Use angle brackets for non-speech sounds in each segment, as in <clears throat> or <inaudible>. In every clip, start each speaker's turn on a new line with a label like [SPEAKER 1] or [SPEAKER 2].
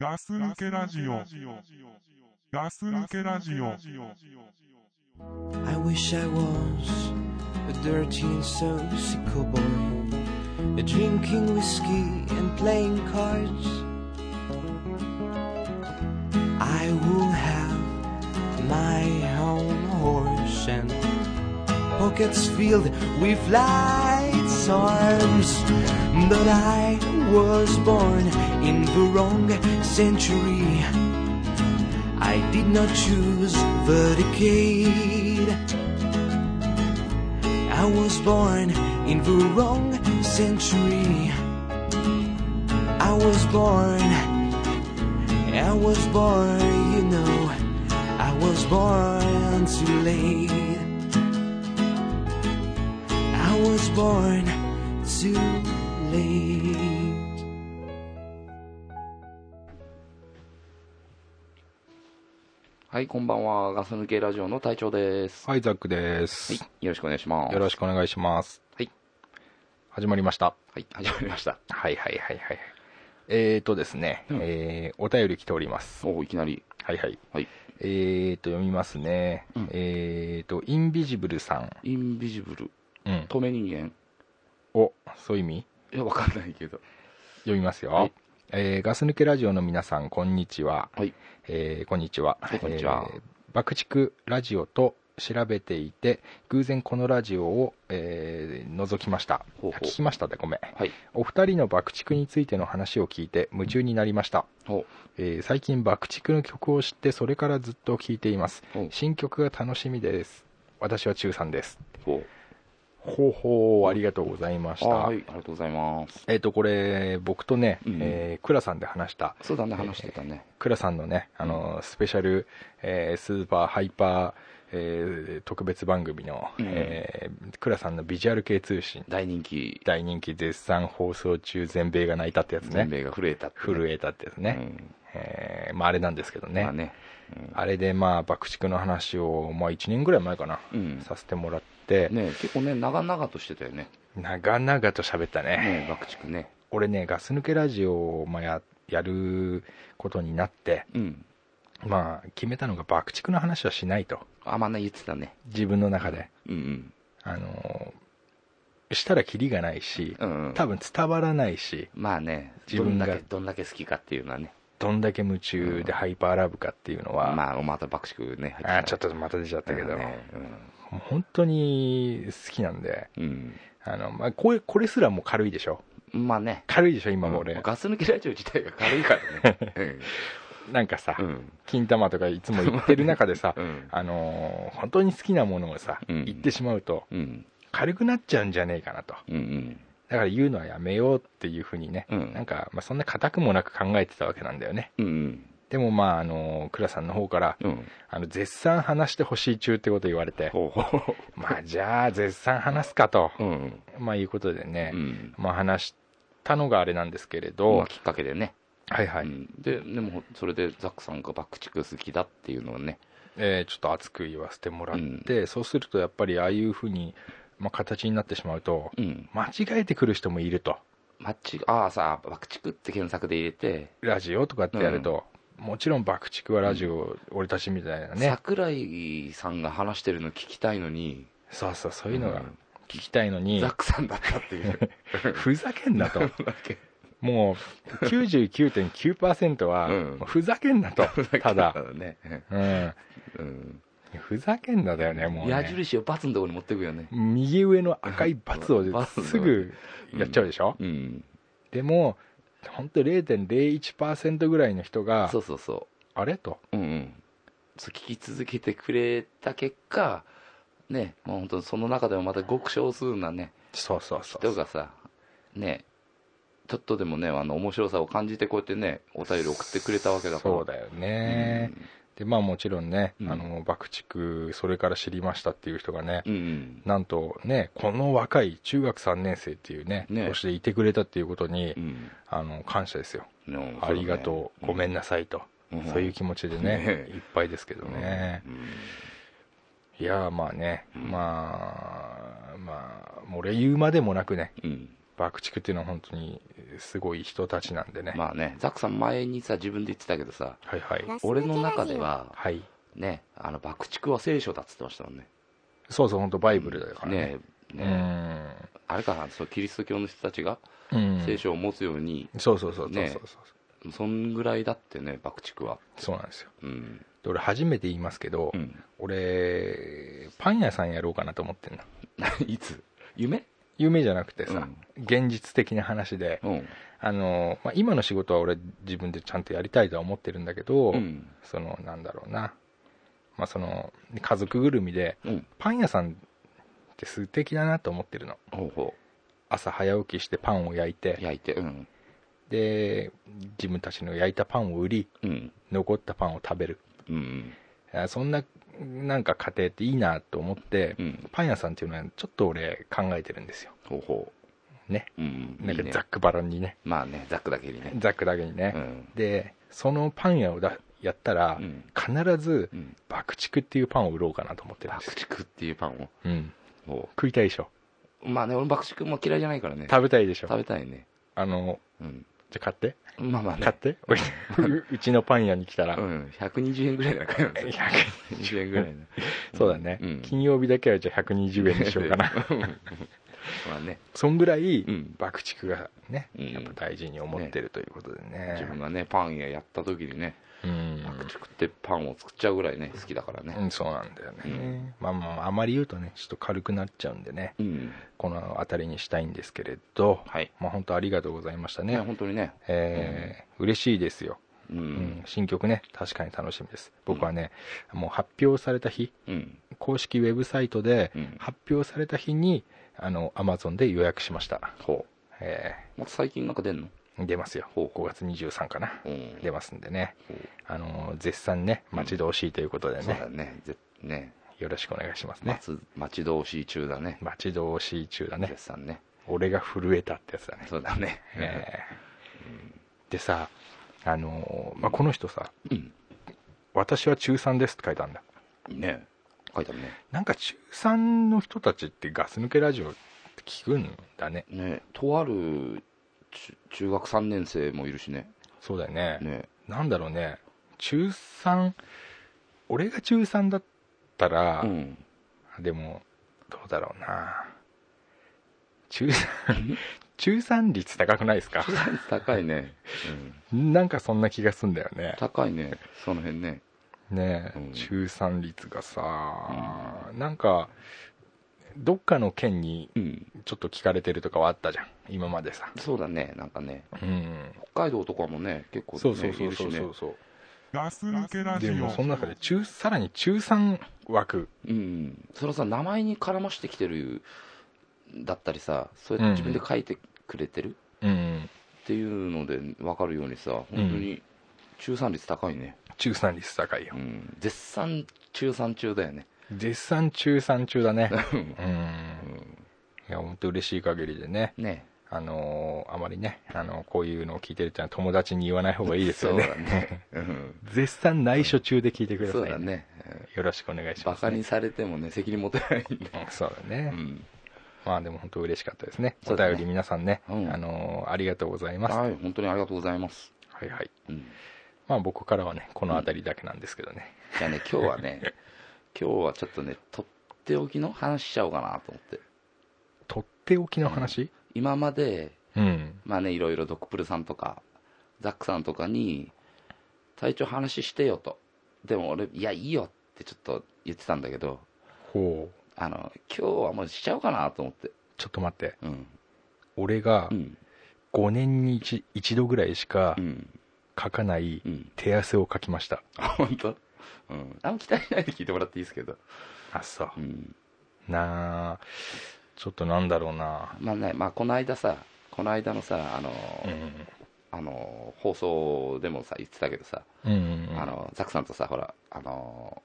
[SPEAKER 1] ガス抜けラジオ。ガス抜けラジオ。
[SPEAKER 2] I wish I was a dirty and sociable boy, drinking whiskey and playing cards. I will have my own horse and pockets filled with lights arms. But I was born in the wrong century. I did not choose the decade. I was born in the wrong century. I was born, I was born, you know, I was born too late. I was born too late.
[SPEAKER 3] はい、こんばんは。ガス抜けラジオの隊長です。
[SPEAKER 4] はい、ザックで
[SPEAKER 3] は
[SPEAKER 4] す。
[SPEAKER 3] い、よろしくお願いします。
[SPEAKER 4] よろしくお願いします。
[SPEAKER 3] はい。
[SPEAKER 4] 始まりました。
[SPEAKER 3] はい、始まりました。
[SPEAKER 4] はいはいはいはい。えーとですね、
[SPEAKER 3] うん
[SPEAKER 4] えーお便り来ております。
[SPEAKER 3] おーいきなり。
[SPEAKER 4] はいはい。
[SPEAKER 3] はい。
[SPEAKER 4] えーと、読みますね。
[SPEAKER 3] うん
[SPEAKER 4] えーと、インビジブルさん。
[SPEAKER 3] インビジブル、
[SPEAKER 4] うん。
[SPEAKER 3] 透明人間。
[SPEAKER 4] お、そういう意味
[SPEAKER 3] いや、わかんないけど。
[SPEAKER 4] 読みますよ。
[SPEAKER 3] はい
[SPEAKER 4] えーガス抜けラジオの皆さん、こんにちは。
[SPEAKER 3] はい。
[SPEAKER 4] えーこんにちは。
[SPEAKER 3] はいこんにちは
[SPEAKER 4] えー爆竹ラジオと調べていて、偶然このラジオを、えー覗きました。
[SPEAKER 3] ほうほう
[SPEAKER 4] 聞きましたで、ごめん。
[SPEAKER 3] はい。
[SPEAKER 4] お二人の爆竹についての話を聞いて夢中になりました、
[SPEAKER 3] お
[SPEAKER 4] えー最近爆竹の曲を知ってそれからずっと聴いています
[SPEAKER 3] お
[SPEAKER 4] 新曲が楽しみです私は中3です
[SPEAKER 3] お
[SPEAKER 4] ほうほうありがとうございまし
[SPEAKER 3] あー
[SPEAKER 4] た、
[SPEAKER 3] はい、ありがとうございます。
[SPEAKER 4] えっ、とこれ僕とね、
[SPEAKER 3] うん
[SPEAKER 4] えー、倉さんで話した
[SPEAKER 3] そうだね、話してたね。
[SPEAKER 4] 倉さんのねあのスペシャル、えースーパーハイパー、えー特別番組の、
[SPEAKER 3] うん
[SPEAKER 4] えー倉さんのビジュアル系通信
[SPEAKER 3] 大人気、
[SPEAKER 4] 大人気絶賛放送中全米が泣いたってやつね
[SPEAKER 3] 全米が震えたってね、
[SPEAKER 4] 震えたってですね、えーまあ、あれなんですけど
[SPEAKER 3] うん。
[SPEAKER 4] ね,、
[SPEAKER 3] まあ
[SPEAKER 4] あ、
[SPEAKER 3] ね。
[SPEAKER 4] れでまあ爆竹の話を、まあ、1年ぐらい前かな、
[SPEAKER 3] うん
[SPEAKER 4] させてもらって、
[SPEAKER 3] ね結構ね、長々としてたよね。
[SPEAKER 4] 長々と喋ったね
[SPEAKER 3] ね爆竹ね。
[SPEAKER 4] 俺ねガス抜けラジオを、まあ、ややることになって、
[SPEAKER 3] うん。
[SPEAKER 4] まあ、決めたのが爆竹の話はしないと
[SPEAKER 3] あ、まあね、言ってたね。
[SPEAKER 4] 自分の中で、
[SPEAKER 3] うん
[SPEAKER 4] あのーしたらキリがないし
[SPEAKER 3] うん。うんうん。
[SPEAKER 4] 多分伝わらないし
[SPEAKER 3] まあね、
[SPEAKER 4] 自
[SPEAKER 3] ど
[SPEAKER 4] 分
[SPEAKER 3] ん
[SPEAKER 4] が
[SPEAKER 3] だけ、どんだけ好きかっていうのはね。
[SPEAKER 4] どんだけ夢中でハイパーラブかっていうのは、
[SPEAKER 3] まあ、また爆竹ね、入てたね
[SPEAKER 4] あーちょっとまた出ちゃったけど、
[SPEAKER 3] ねうん
[SPEAKER 4] もう本当に好きなんで
[SPEAKER 3] うん、
[SPEAKER 4] あの、まあ、これこれすらもう軽いでしょ
[SPEAKER 3] まあね、
[SPEAKER 4] 軽いでしょ今も
[SPEAKER 3] うん
[SPEAKER 4] 俺、
[SPEAKER 3] ガス抜きラジオ自体が軽いからね、
[SPEAKER 4] なんかさ、
[SPEAKER 3] <laughs> うんうん
[SPEAKER 4] 金玉とかいつも言ってる中でさ、
[SPEAKER 3] <laughs> うん
[SPEAKER 4] あのー本当に好きなものをさ、
[SPEAKER 3] うん
[SPEAKER 4] 言ってしまうと
[SPEAKER 3] うん
[SPEAKER 4] 軽くなっちゃうんじゃねえかなと
[SPEAKER 3] うんうん
[SPEAKER 4] だから言うのはやめようっていうふうにね、
[SPEAKER 3] うん
[SPEAKER 4] なんか、まあ、そんな固くもなく考えてたわけなんだよね
[SPEAKER 3] うんうん
[SPEAKER 4] でもまああのー倉さんの方から、
[SPEAKER 3] うん
[SPEAKER 4] あの絶賛話してほしい中ってこと言われて
[SPEAKER 3] ほうほう
[SPEAKER 4] まあじゃあ絶賛話すかと、
[SPEAKER 3] うん
[SPEAKER 4] まあいうことでね、
[SPEAKER 3] うん
[SPEAKER 4] まあ話したのがあれなんですけれど、
[SPEAKER 3] まあきっかけでね、
[SPEAKER 4] はいはい、
[SPEAKER 3] うんででもそれでザックさんが爆竹好きだっていうのをね、
[SPEAKER 4] えーちょっと熱く言わせてもらって、そうするとやっぱりああいうふうに、まあ、形になってしまうと
[SPEAKER 3] うん、
[SPEAKER 4] 間違えてくる人もいると
[SPEAKER 3] マッチああさ爆竹って検索で入れて、
[SPEAKER 4] ラジオとかってやると、もちろん爆竹はラジオ、俺たちみたいなね
[SPEAKER 3] 桜井さんが話してるの聞きたいのに、
[SPEAKER 4] そうそうそういうのが
[SPEAKER 3] うん
[SPEAKER 4] 聞きたいのに、
[SPEAKER 3] ザックさんだったっ
[SPEAKER 4] <laughs>
[SPEAKER 3] ていう。
[SPEAKER 4] ふざけんなと
[SPEAKER 3] だけ
[SPEAKER 4] もう99.9%は、
[SPEAKER 3] うん
[SPEAKER 4] もうふざけんなとただ、
[SPEAKER 3] ね、
[SPEAKER 4] うん、
[SPEAKER 3] うん、
[SPEAKER 4] ふざけんなだよねもうね
[SPEAKER 3] 矢印をバツのところに持ってくよね
[SPEAKER 4] 右上の赤い×
[SPEAKER 3] うん
[SPEAKER 4] を
[SPEAKER 3] バツの
[SPEAKER 4] すぐやっちゃうでしょ、
[SPEAKER 3] うん
[SPEAKER 4] でも本当0.01%ぐらいの人が
[SPEAKER 3] そうそうそ
[SPEAKER 4] あれと
[SPEAKER 3] ううんうんそう聞き続けてくれた結果ねもう本当その中でもまたごく少数なね
[SPEAKER 4] そうそうそう
[SPEAKER 3] 人がさねちょっとでもねあの面白さを感じてこうやってねお便り送ってくれたわけだから
[SPEAKER 4] そうだよね、でまあもちろんね、
[SPEAKER 3] うん
[SPEAKER 4] あの爆竹それから知りましたっていう人がね、
[SPEAKER 3] うん、うん
[SPEAKER 4] なんとねこの若い中学3年生っていうね
[SPEAKER 3] ね
[SPEAKER 4] 年でいてくれたっていうことに、
[SPEAKER 3] うん
[SPEAKER 4] あの感謝ですよ
[SPEAKER 3] うんね
[SPEAKER 4] ありがとう、ごめんなさいと、
[SPEAKER 3] うん
[SPEAKER 4] そういう気持ちでね
[SPEAKER 3] ね
[SPEAKER 4] いっぱいですけどね、
[SPEAKER 3] うん
[SPEAKER 4] いやーまあね、
[SPEAKER 3] うん
[SPEAKER 4] まあまあもう俺言うまでもなくね
[SPEAKER 3] うん
[SPEAKER 4] 爆竹っていうのは本当にすごい人たちなんでね、
[SPEAKER 3] まあねザックさん前にさ自分で言ってたけどさ
[SPEAKER 4] はいはい
[SPEAKER 3] 俺の中では
[SPEAKER 4] はい
[SPEAKER 3] ねあの爆竹は聖書だっつってましたもんね
[SPEAKER 4] そうそう本当バイブルだからね
[SPEAKER 3] ねねあれかなそうキリスト教の人たちが
[SPEAKER 4] うん、うん、
[SPEAKER 3] 聖書を持つように、
[SPEAKER 4] そうそうそうそうそうそう、
[SPEAKER 3] ねそんぐらいだってね爆竹は
[SPEAKER 4] そうなんですよ
[SPEAKER 3] うん、
[SPEAKER 4] で俺初めて言いますけど、
[SPEAKER 3] うん、 <laughs>
[SPEAKER 4] 俺パン屋さんやろうかなと思ってんの
[SPEAKER 3] いつ夢
[SPEAKER 4] 夢じゃなくてさ、
[SPEAKER 3] うん
[SPEAKER 4] 現実的な話で、
[SPEAKER 3] うん
[SPEAKER 4] あのまあ、今の仕事は俺自分でちゃんとやりたいとは思ってるんだけど、
[SPEAKER 3] うん
[SPEAKER 4] そのなんだろうな、まあ、その家族ぐるみで
[SPEAKER 3] うん
[SPEAKER 4] パン屋さんって素敵だなと思ってるの
[SPEAKER 3] ほうほ
[SPEAKER 4] 朝早起きしてパンを焼いうて
[SPEAKER 3] 焼いてうん
[SPEAKER 4] で自分たちの焼いたパンを売り
[SPEAKER 3] うん
[SPEAKER 4] 残ったパンを食べる
[SPEAKER 3] うん
[SPEAKER 4] あそんななんか家庭っていいなと思って、
[SPEAKER 3] うん
[SPEAKER 4] パン屋さんっていうのはちょっと俺考えてるんですよ
[SPEAKER 3] ほうほ
[SPEAKER 4] ね
[SPEAKER 3] ううん
[SPEAKER 4] なんか
[SPEAKER 3] いいね
[SPEAKER 4] ざっくばらんにね
[SPEAKER 3] まあねザックだけにね
[SPEAKER 4] ざっくだけにね、
[SPEAKER 3] うん
[SPEAKER 4] でそのパン屋をだやったら、
[SPEAKER 3] うん
[SPEAKER 4] 必ず
[SPEAKER 3] うん
[SPEAKER 4] 爆竹っていうパンを売ろうかなと思ってるんです
[SPEAKER 3] 爆
[SPEAKER 4] よ、
[SPEAKER 3] 竹っていうパンを
[SPEAKER 4] うん、
[SPEAKER 3] ほ
[SPEAKER 4] 食いたいでしょ
[SPEAKER 3] うまあね俺爆竹も嫌いじゃないからね
[SPEAKER 4] 食べたいでしょ
[SPEAKER 3] 食べたいね
[SPEAKER 4] あの
[SPEAKER 3] うん
[SPEAKER 4] じゃあ買って
[SPEAKER 3] まあまあね
[SPEAKER 4] 買って、お <laughs> いううちのパン屋に来たら、
[SPEAKER 3] うん120円ぐらいなら買え
[SPEAKER 4] <laughs>
[SPEAKER 3] ますよ
[SPEAKER 4] 100
[SPEAKER 3] 120円ぐらいね
[SPEAKER 4] <laughs> そうだね、
[SPEAKER 3] うん
[SPEAKER 4] 金曜日だけはじゃあ120円にしよう
[SPEAKER 3] <laughs>
[SPEAKER 4] かな
[SPEAKER 3] うんま
[SPEAKER 4] <laughs>
[SPEAKER 3] あね
[SPEAKER 4] そんぐらい
[SPEAKER 3] うん
[SPEAKER 4] 爆竹がね、
[SPEAKER 3] うん
[SPEAKER 4] やっぱ大事に思ってるということでね
[SPEAKER 3] 自分がねパン屋やった時にね
[SPEAKER 4] うん
[SPEAKER 3] 爆竹ってパンを作っちゃうぐらいね好きだから
[SPEAKER 4] う
[SPEAKER 3] ね
[SPEAKER 4] ん、そうなんだよね、
[SPEAKER 3] うん
[SPEAKER 4] まあまああまり言うとねちょっと軽くなっちゃうんでね
[SPEAKER 3] うん
[SPEAKER 4] この辺りにしたいんですけれど、
[SPEAKER 3] はい
[SPEAKER 4] まあ本当ありがとうございましたね
[SPEAKER 3] ね本当にね
[SPEAKER 4] えー嬉しいですよ、
[SPEAKER 3] う
[SPEAKER 4] うん
[SPEAKER 3] ん
[SPEAKER 4] 新曲ね確かに楽しみです僕はね、もう発表された日
[SPEAKER 3] うん
[SPEAKER 4] 公式ウェブサイトで
[SPEAKER 3] うん
[SPEAKER 4] 発表された日にあのアマゾンで予約しました、
[SPEAKER 3] ほ
[SPEAKER 4] え
[SPEAKER 3] うまた最近なんか出んの
[SPEAKER 4] ー出ますよ
[SPEAKER 3] ほう
[SPEAKER 4] 5月23かな
[SPEAKER 3] うん
[SPEAKER 4] 出ますんでね
[SPEAKER 3] ほう
[SPEAKER 4] あのー絶賛ね待ち遠しいということでね、
[SPEAKER 3] そうだねぜね
[SPEAKER 4] よろしくお願いしますね
[SPEAKER 3] 待つ待ち遠しい中だね
[SPEAKER 4] 待ち遠しい中だね
[SPEAKER 3] 絶賛ね
[SPEAKER 4] 俺が震えたってやつだね、
[SPEAKER 3] そうだね
[SPEAKER 4] えーでさあのー、まあ、この人さ
[SPEAKER 3] うん
[SPEAKER 4] 「私は中3です」って書いたんだ
[SPEAKER 3] ね書いてあるね
[SPEAKER 4] なんか中3の人たちってガス抜けラジオって聞くんだね
[SPEAKER 3] ねとある中中学3年生もいるしね
[SPEAKER 4] そうだよね
[SPEAKER 3] ね
[SPEAKER 4] なんだろうね中3俺が中3だったら
[SPEAKER 3] う、ん <laughs>
[SPEAKER 4] でもどうだろうな中3中3率高くないですか
[SPEAKER 3] 高いね、うん、
[SPEAKER 4] なんかそんな気がすんだよね
[SPEAKER 3] 高いねその辺ね
[SPEAKER 4] ねえ、
[SPEAKER 3] うん
[SPEAKER 4] 中3率がさ、なんかどっかの県に
[SPEAKER 3] うん
[SPEAKER 4] ちょっと聞かれてるとかはあったじゃん今までさ
[SPEAKER 3] そうだねなんかね
[SPEAKER 4] うん
[SPEAKER 3] 北海道とかもね結構ね
[SPEAKER 4] そうそうそうそ
[SPEAKER 3] いう
[SPEAKER 4] そ
[SPEAKER 3] るしね
[SPEAKER 4] うそう
[SPEAKER 1] ガス抜けラジ
[SPEAKER 4] で
[SPEAKER 1] オ
[SPEAKER 4] もその中で中さらに中3枠
[SPEAKER 3] うんうんそのさ名前に絡ましてきてるだったりさそうやって自分で書いてくれてる
[SPEAKER 4] うん
[SPEAKER 3] っていうので分かるようにさ本当に中産率高いね、
[SPEAKER 4] 中3率高いよ
[SPEAKER 3] うん、絶賛中産中だよね
[SPEAKER 4] 絶賛中3中だね
[SPEAKER 3] うん
[SPEAKER 4] うんいや本当嬉しい限りでね
[SPEAKER 3] ね
[SPEAKER 4] あのーあまりね、あのーこういうのを聞いてるってのは友達に言わない方がいいですよね
[SPEAKER 3] そうだ
[SPEAKER 4] <laughs>
[SPEAKER 3] ね、うん、
[SPEAKER 4] 絶賛内緒中で聞いてください
[SPEAKER 3] そうだね、うん
[SPEAKER 4] よろしくお願いし
[SPEAKER 3] バ
[SPEAKER 4] ます、
[SPEAKER 3] カにされてもね責任持てないんで、
[SPEAKER 4] うんそうだね、
[SPEAKER 3] うん、
[SPEAKER 4] まあでも本当嬉しかったですね
[SPEAKER 3] そ
[SPEAKER 4] お
[SPEAKER 3] うだね
[SPEAKER 4] 便り皆さんね、
[SPEAKER 3] うん
[SPEAKER 4] あのーありがとうございます、
[SPEAKER 3] <laughs> はい本当にありがとうございます、
[SPEAKER 4] はいはい
[SPEAKER 3] うん
[SPEAKER 4] まあ僕からはねこの辺りだけなんですけどね、
[SPEAKER 3] じゃあね今日は
[SPEAKER 4] <laughs>
[SPEAKER 3] ね今日はちょっとねとっておきの話しちゃおうかなと思って
[SPEAKER 4] とっておきの話
[SPEAKER 3] 今まで
[SPEAKER 4] うん、
[SPEAKER 3] まあねいろいろドクプルさんとかザックさんとかに体調話してよとでも俺いやいいよってちょっと言ってたんだけど
[SPEAKER 4] ほう
[SPEAKER 3] あの今日はもうしちゃおうかなと思って
[SPEAKER 4] ちょっと待って
[SPEAKER 3] うん
[SPEAKER 4] 俺が
[SPEAKER 3] うん
[SPEAKER 4] 5年に 1, 一度ぐらいしか
[SPEAKER 3] うん
[SPEAKER 4] 書かない
[SPEAKER 3] うん <laughs>
[SPEAKER 4] 手汗を書きました、
[SPEAKER 3] 本当うんあんま期待しないで聞いてもらっていいですけど
[SPEAKER 4] あそう
[SPEAKER 3] うん
[SPEAKER 4] なあちょっとなんだろうな
[SPEAKER 3] まあねまあこの間さこの間のさあの、
[SPEAKER 4] うん
[SPEAKER 3] あの放送でもさ言ってたけどさ、
[SPEAKER 4] うんうんうん
[SPEAKER 3] あのザクさんとさほらあの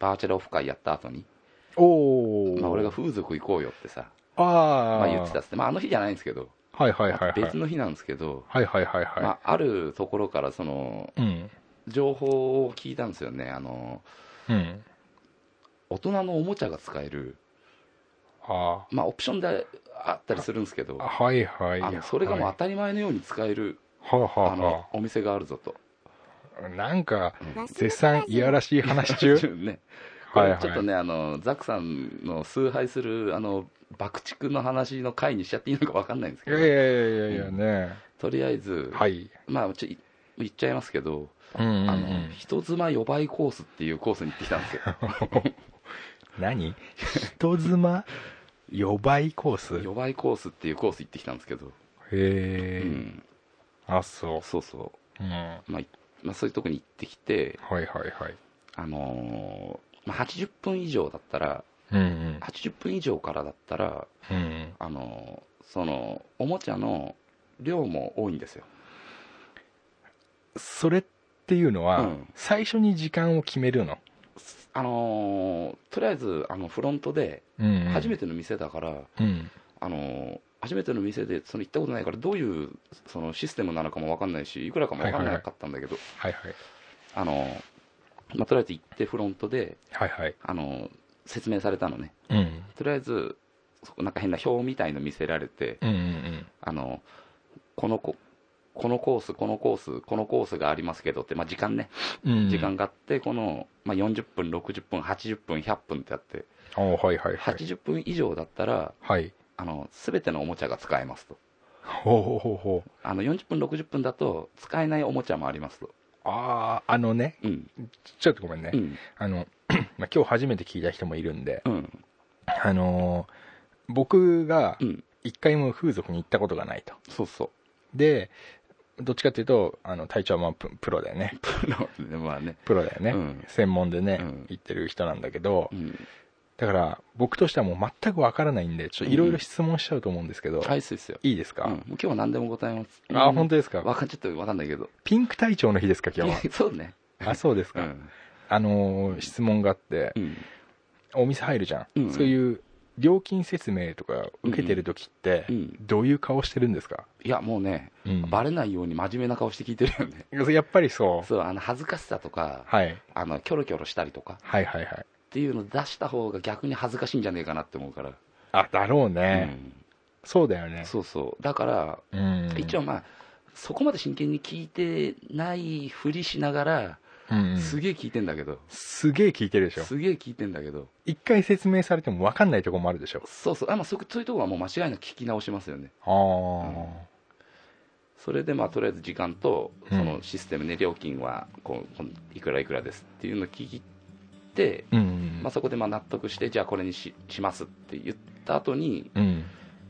[SPEAKER 3] バーチャルオフ会やった後に、
[SPEAKER 4] おお、
[SPEAKER 3] まあ、俺が風俗行こうよってさ
[SPEAKER 4] ああ、
[SPEAKER 3] まあ、言ってたっすねまあ、あの日じゃないんですけど、
[SPEAKER 4] はいはいはいはい
[SPEAKER 3] 別の日なんですけど、
[SPEAKER 4] はいはいはいはい、
[SPEAKER 3] まあ、あるところからその
[SPEAKER 4] うん
[SPEAKER 3] 情報を聞いたんですよねあの
[SPEAKER 4] うん
[SPEAKER 3] 大人のおもちゃが使える
[SPEAKER 4] ああ
[SPEAKER 3] まあオプションであったりするんですけど
[SPEAKER 4] あはいはい
[SPEAKER 3] あのそれがもう当たり前のように使える、
[SPEAKER 4] はあ
[SPEAKER 3] あ
[SPEAKER 4] は
[SPEAKER 3] のお店があるぞと
[SPEAKER 4] あはあなんか
[SPEAKER 5] ラスボ
[SPEAKER 4] 絶
[SPEAKER 5] スラ
[SPEAKER 4] 賛い
[SPEAKER 5] ジ
[SPEAKER 4] や
[SPEAKER 5] オ
[SPEAKER 4] らしい話中
[SPEAKER 3] <laughs> ねこ
[SPEAKER 4] は
[SPEAKER 3] れ
[SPEAKER 4] いはい
[SPEAKER 3] ちょっとねあのザクさんの崇拝するあの爆竹の話の回にしちゃっていいのか分かんないんです
[SPEAKER 4] い
[SPEAKER 3] けど
[SPEAKER 4] やいやいやいやいやね、
[SPEAKER 3] とりあえず、
[SPEAKER 4] はい
[SPEAKER 3] まあちょい言っちゃいますけど、
[SPEAKER 4] うんうん、う
[SPEAKER 3] あの
[SPEAKER 4] ん、
[SPEAKER 3] 人妻予売コースっていうコースに行ってきたんですよ
[SPEAKER 4] 何人妻予売コースへ
[SPEAKER 3] 予売コースっていうコース行ってきたんですけど、
[SPEAKER 4] え、
[SPEAKER 3] うん、
[SPEAKER 4] あそ、
[SPEAKER 3] そうそう
[SPEAKER 4] うん、は
[SPEAKER 3] う、まあいまあ、そういうとこに行ってきて
[SPEAKER 4] いはいはい
[SPEAKER 3] あのーまあ、80分以上だったら
[SPEAKER 4] うんうん
[SPEAKER 3] 80分以上からだったら
[SPEAKER 4] うん
[SPEAKER 3] あのそのおもちゃの量も多いんですよ
[SPEAKER 4] それっていうのは、
[SPEAKER 3] うん
[SPEAKER 4] 最初に時間を決めるの、
[SPEAKER 3] あのとりあえずあのフロントで
[SPEAKER 4] うん
[SPEAKER 3] 初め
[SPEAKER 4] て
[SPEAKER 3] ての店だから、
[SPEAKER 4] うん
[SPEAKER 3] あの初めての店でその行ったことないからどういうそのシステムなのかも分かんないしいくらかも分かんなかったんだけど、
[SPEAKER 4] はいはい
[SPEAKER 3] あのまあ、とりあえず行ってフロントで
[SPEAKER 4] はいはい
[SPEAKER 3] あの説明されたのね
[SPEAKER 4] うん
[SPEAKER 3] とりあえずそこなんか変な表みたいの見せられて、
[SPEAKER 4] うんうん
[SPEAKER 3] あのこのここのコースこのコースこのコースがありますけどって、まあ、時間ね
[SPEAKER 4] うんうん
[SPEAKER 3] 時間があって、この、まあ、40分、60分、80分、100分ってあって、
[SPEAKER 4] あはいはいはい
[SPEAKER 3] 80分以上だったら、
[SPEAKER 4] はい
[SPEAKER 3] あの、すべてのおもちゃが使えますと。
[SPEAKER 4] ほうほうほうほう
[SPEAKER 3] あの、40分、60分だと、使えないおもちゃもありますと。
[SPEAKER 4] あああのね
[SPEAKER 3] うん、
[SPEAKER 4] ちょっとごめんね、
[SPEAKER 3] うん、
[SPEAKER 4] あの <clears throat> まあ今日初めて聞いた人もいるんで
[SPEAKER 3] うん、
[SPEAKER 4] あのー僕が
[SPEAKER 3] うん
[SPEAKER 4] 一回も風俗に行ったことがないと
[SPEAKER 3] そうそう。
[SPEAKER 4] でどっちかっていうとあの隊長はまあププロだよね
[SPEAKER 3] プロ <laughs> で、まあね。
[SPEAKER 4] プロだよね、
[SPEAKER 3] うん
[SPEAKER 4] 専門でね、
[SPEAKER 3] うん
[SPEAKER 4] 行ってる人なんだけど、
[SPEAKER 3] うん。
[SPEAKER 4] だから僕としてはもう全くわからないんでちょっといろいろ質問しちゃうと思うんですけど、
[SPEAKER 3] はい、そうですよ。
[SPEAKER 4] いいですか、
[SPEAKER 3] うん、もう今日は何でもございます。
[SPEAKER 4] あ
[SPEAKER 3] うん
[SPEAKER 4] 本当ですか
[SPEAKER 3] わかんちょっとわかんないけど。
[SPEAKER 4] ピンク隊長の日ですか今日
[SPEAKER 3] <laughs> そうね。
[SPEAKER 4] はあそうです
[SPEAKER 3] う
[SPEAKER 4] か、
[SPEAKER 3] ん。
[SPEAKER 4] あのー質問があって
[SPEAKER 3] うん。
[SPEAKER 4] お店入るじゃん、
[SPEAKER 3] うん
[SPEAKER 4] そういう料金説明とか受けてる時って
[SPEAKER 3] うん
[SPEAKER 4] どういう顔してるんですか、
[SPEAKER 3] いや、もうね、
[SPEAKER 4] うん
[SPEAKER 3] バレないように真面目な顔して聞いてるよね。
[SPEAKER 4] やっぱりそう
[SPEAKER 3] そう、あの、恥ずかしさとか、
[SPEAKER 4] はい
[SPEAKER 3] あの、キョロキョロしたりとか。
[SPEAKER 4] はいはいはい
[SPEAKER 3] っていうの出した方が逆に恥ずかしいんじゃねえかなって思うから、
[SPEAKER 4] あだろうね、そうだよ
[SPEAKER 3] う
[SPEAKER 4] ね
[SPEAKER 3] ん、そうそうだから、
[SPEAKER 4] うん
[SPEAKER 3] 一応まあそこまで真剣に聞いてないふりしながら、
[SPEAKER 4] うんうん
[SPEAKER 3] すげえ聞いてんだけど
[SPEAKER 4] すげえ聞いてるでしょ
[SPEAKER 3] すげえ聞いてんだけど
[SPEAKER 4] 一回説明されても分かんないとこもあるでしょ
[SPEAKER 3] そうそうあ、まあ、そそういうとこはもう間違いなく聞き直しますよね
[SPEAKER 4] ああ
[SPEAKER 3] それでまあとりあえず時間と
[SPEAKER 4] うん
[SPEAKER 3] そのシステムね、料金はこうこんいくらいくらですっていうのを聞いて、
[SPEAKER 4] うんうん
[SPEAKER 3] まあ、そこでまあ納得してじゃあこれにししますって言った後に
[SPEAKER 4] うん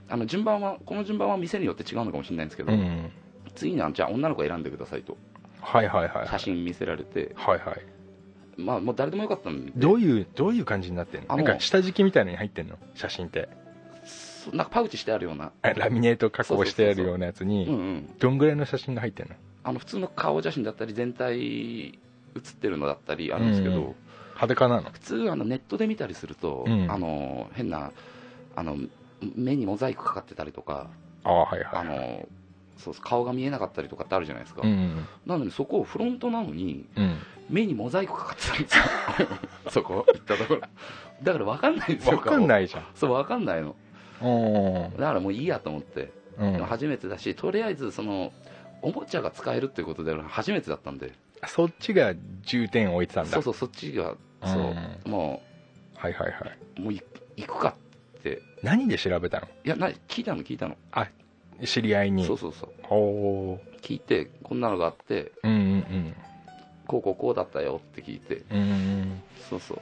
[SPEAKER 3] あの順番はこの順番は店によって違うのかもしれないんですけど、
[SPEAKER 4] うん
[SPEAKER 3] 次にはじゃあ女の子選んでくださいと
[SPEAKER 4] はいはいはいは
[SPEAKER 3] 写
[SPEAKER 4] い
[SPEAKER 3] 真見せられて、
[SPEAKER 4] はいはい
[SPEAKER 3] まあもう誰でもよかったんで
[SPEAKER 4] どういうどういう感じになってんの
[SPEAKER 3] あ
[SPEAKER 4] な
[SPEAKER 3] も
[SPEAKER 4] ん
[SPEAKER 3] う
[SPEAKER 4] か下敷きみたいのに入ってんの写真って <laughs>
[SPEAKER 3] そなんかパウチしてあるような
[SPEAKER 4] あラミネート加工してあるようなやつ
[SPEAKER 3] うんう
[SPEAKER 4] に
[SPEAKER 3] ん
[SPEAKER 4] どんぐらいの写真が入ってんの
[SPEAKER 3] あの普通の顔写真だったり全体写ってるのだったりあるんですけど、
[SPEAKER 4] うん裸なの
[SPEAKER 3] 普通あのネットで見たりすると、
[SPEAKER 4] うん
[SPEAKER 3] あの変なあの目にモザイクかかってたりとか、
[SPEAKER 4] ああはいは
[SPEAKER 3] あ
[SPEAKER 4] いはい
[SPEAKER 3] のそうそう顔が見えなかったりとかってあるじゃないですか、
[SPEAKER 4] うん
[SPEAKER 3] なのにそこフロントなのに
[SPEAKER 4] うん
[SPEAKER 3] 目にモザイクかかってたんですよ <laughs> そこ行ったところだから分かんないんですよ
[SPEAKER 4] 分かんないいじゃん
[SPEAKER 3] そう分かんないの
[SPEAKER 4] うん
[SPEAKER 3] だからもういいやと思って、
[SPEAKER 4] うん
[SPEAKER 3] でも初めてだしとりあえずそのおもちゃが使えるっていうことでは初めてだったんで
[SPEAKER 4] そっちが重点を置いてたんだ
[SPEAKER 3] そうそうそっちがそうう、
[SPEAKER 4] ん
[SPEAKER 3] も
[SPEAKER 4] はいはいはいう
[SPEAKER 3] もうい行くかって
[SPEAKER 4] 何で調べたの
[SPEAKER 3] いやな聞いたの聞いたの、
[SPEAKER 4] 知り合いに
[SPEAKER 3] そうそうそう
[SPEAKER 4] おお
[SPEAKER 3] 聞いてこんなのがあって
[SPEAKER 4] ーうんうん
[SPEAKER 3] こうこうこうだったよって聞いて
[SPEAKER 4] うんうんうん
[SPEAKER 3] そうそう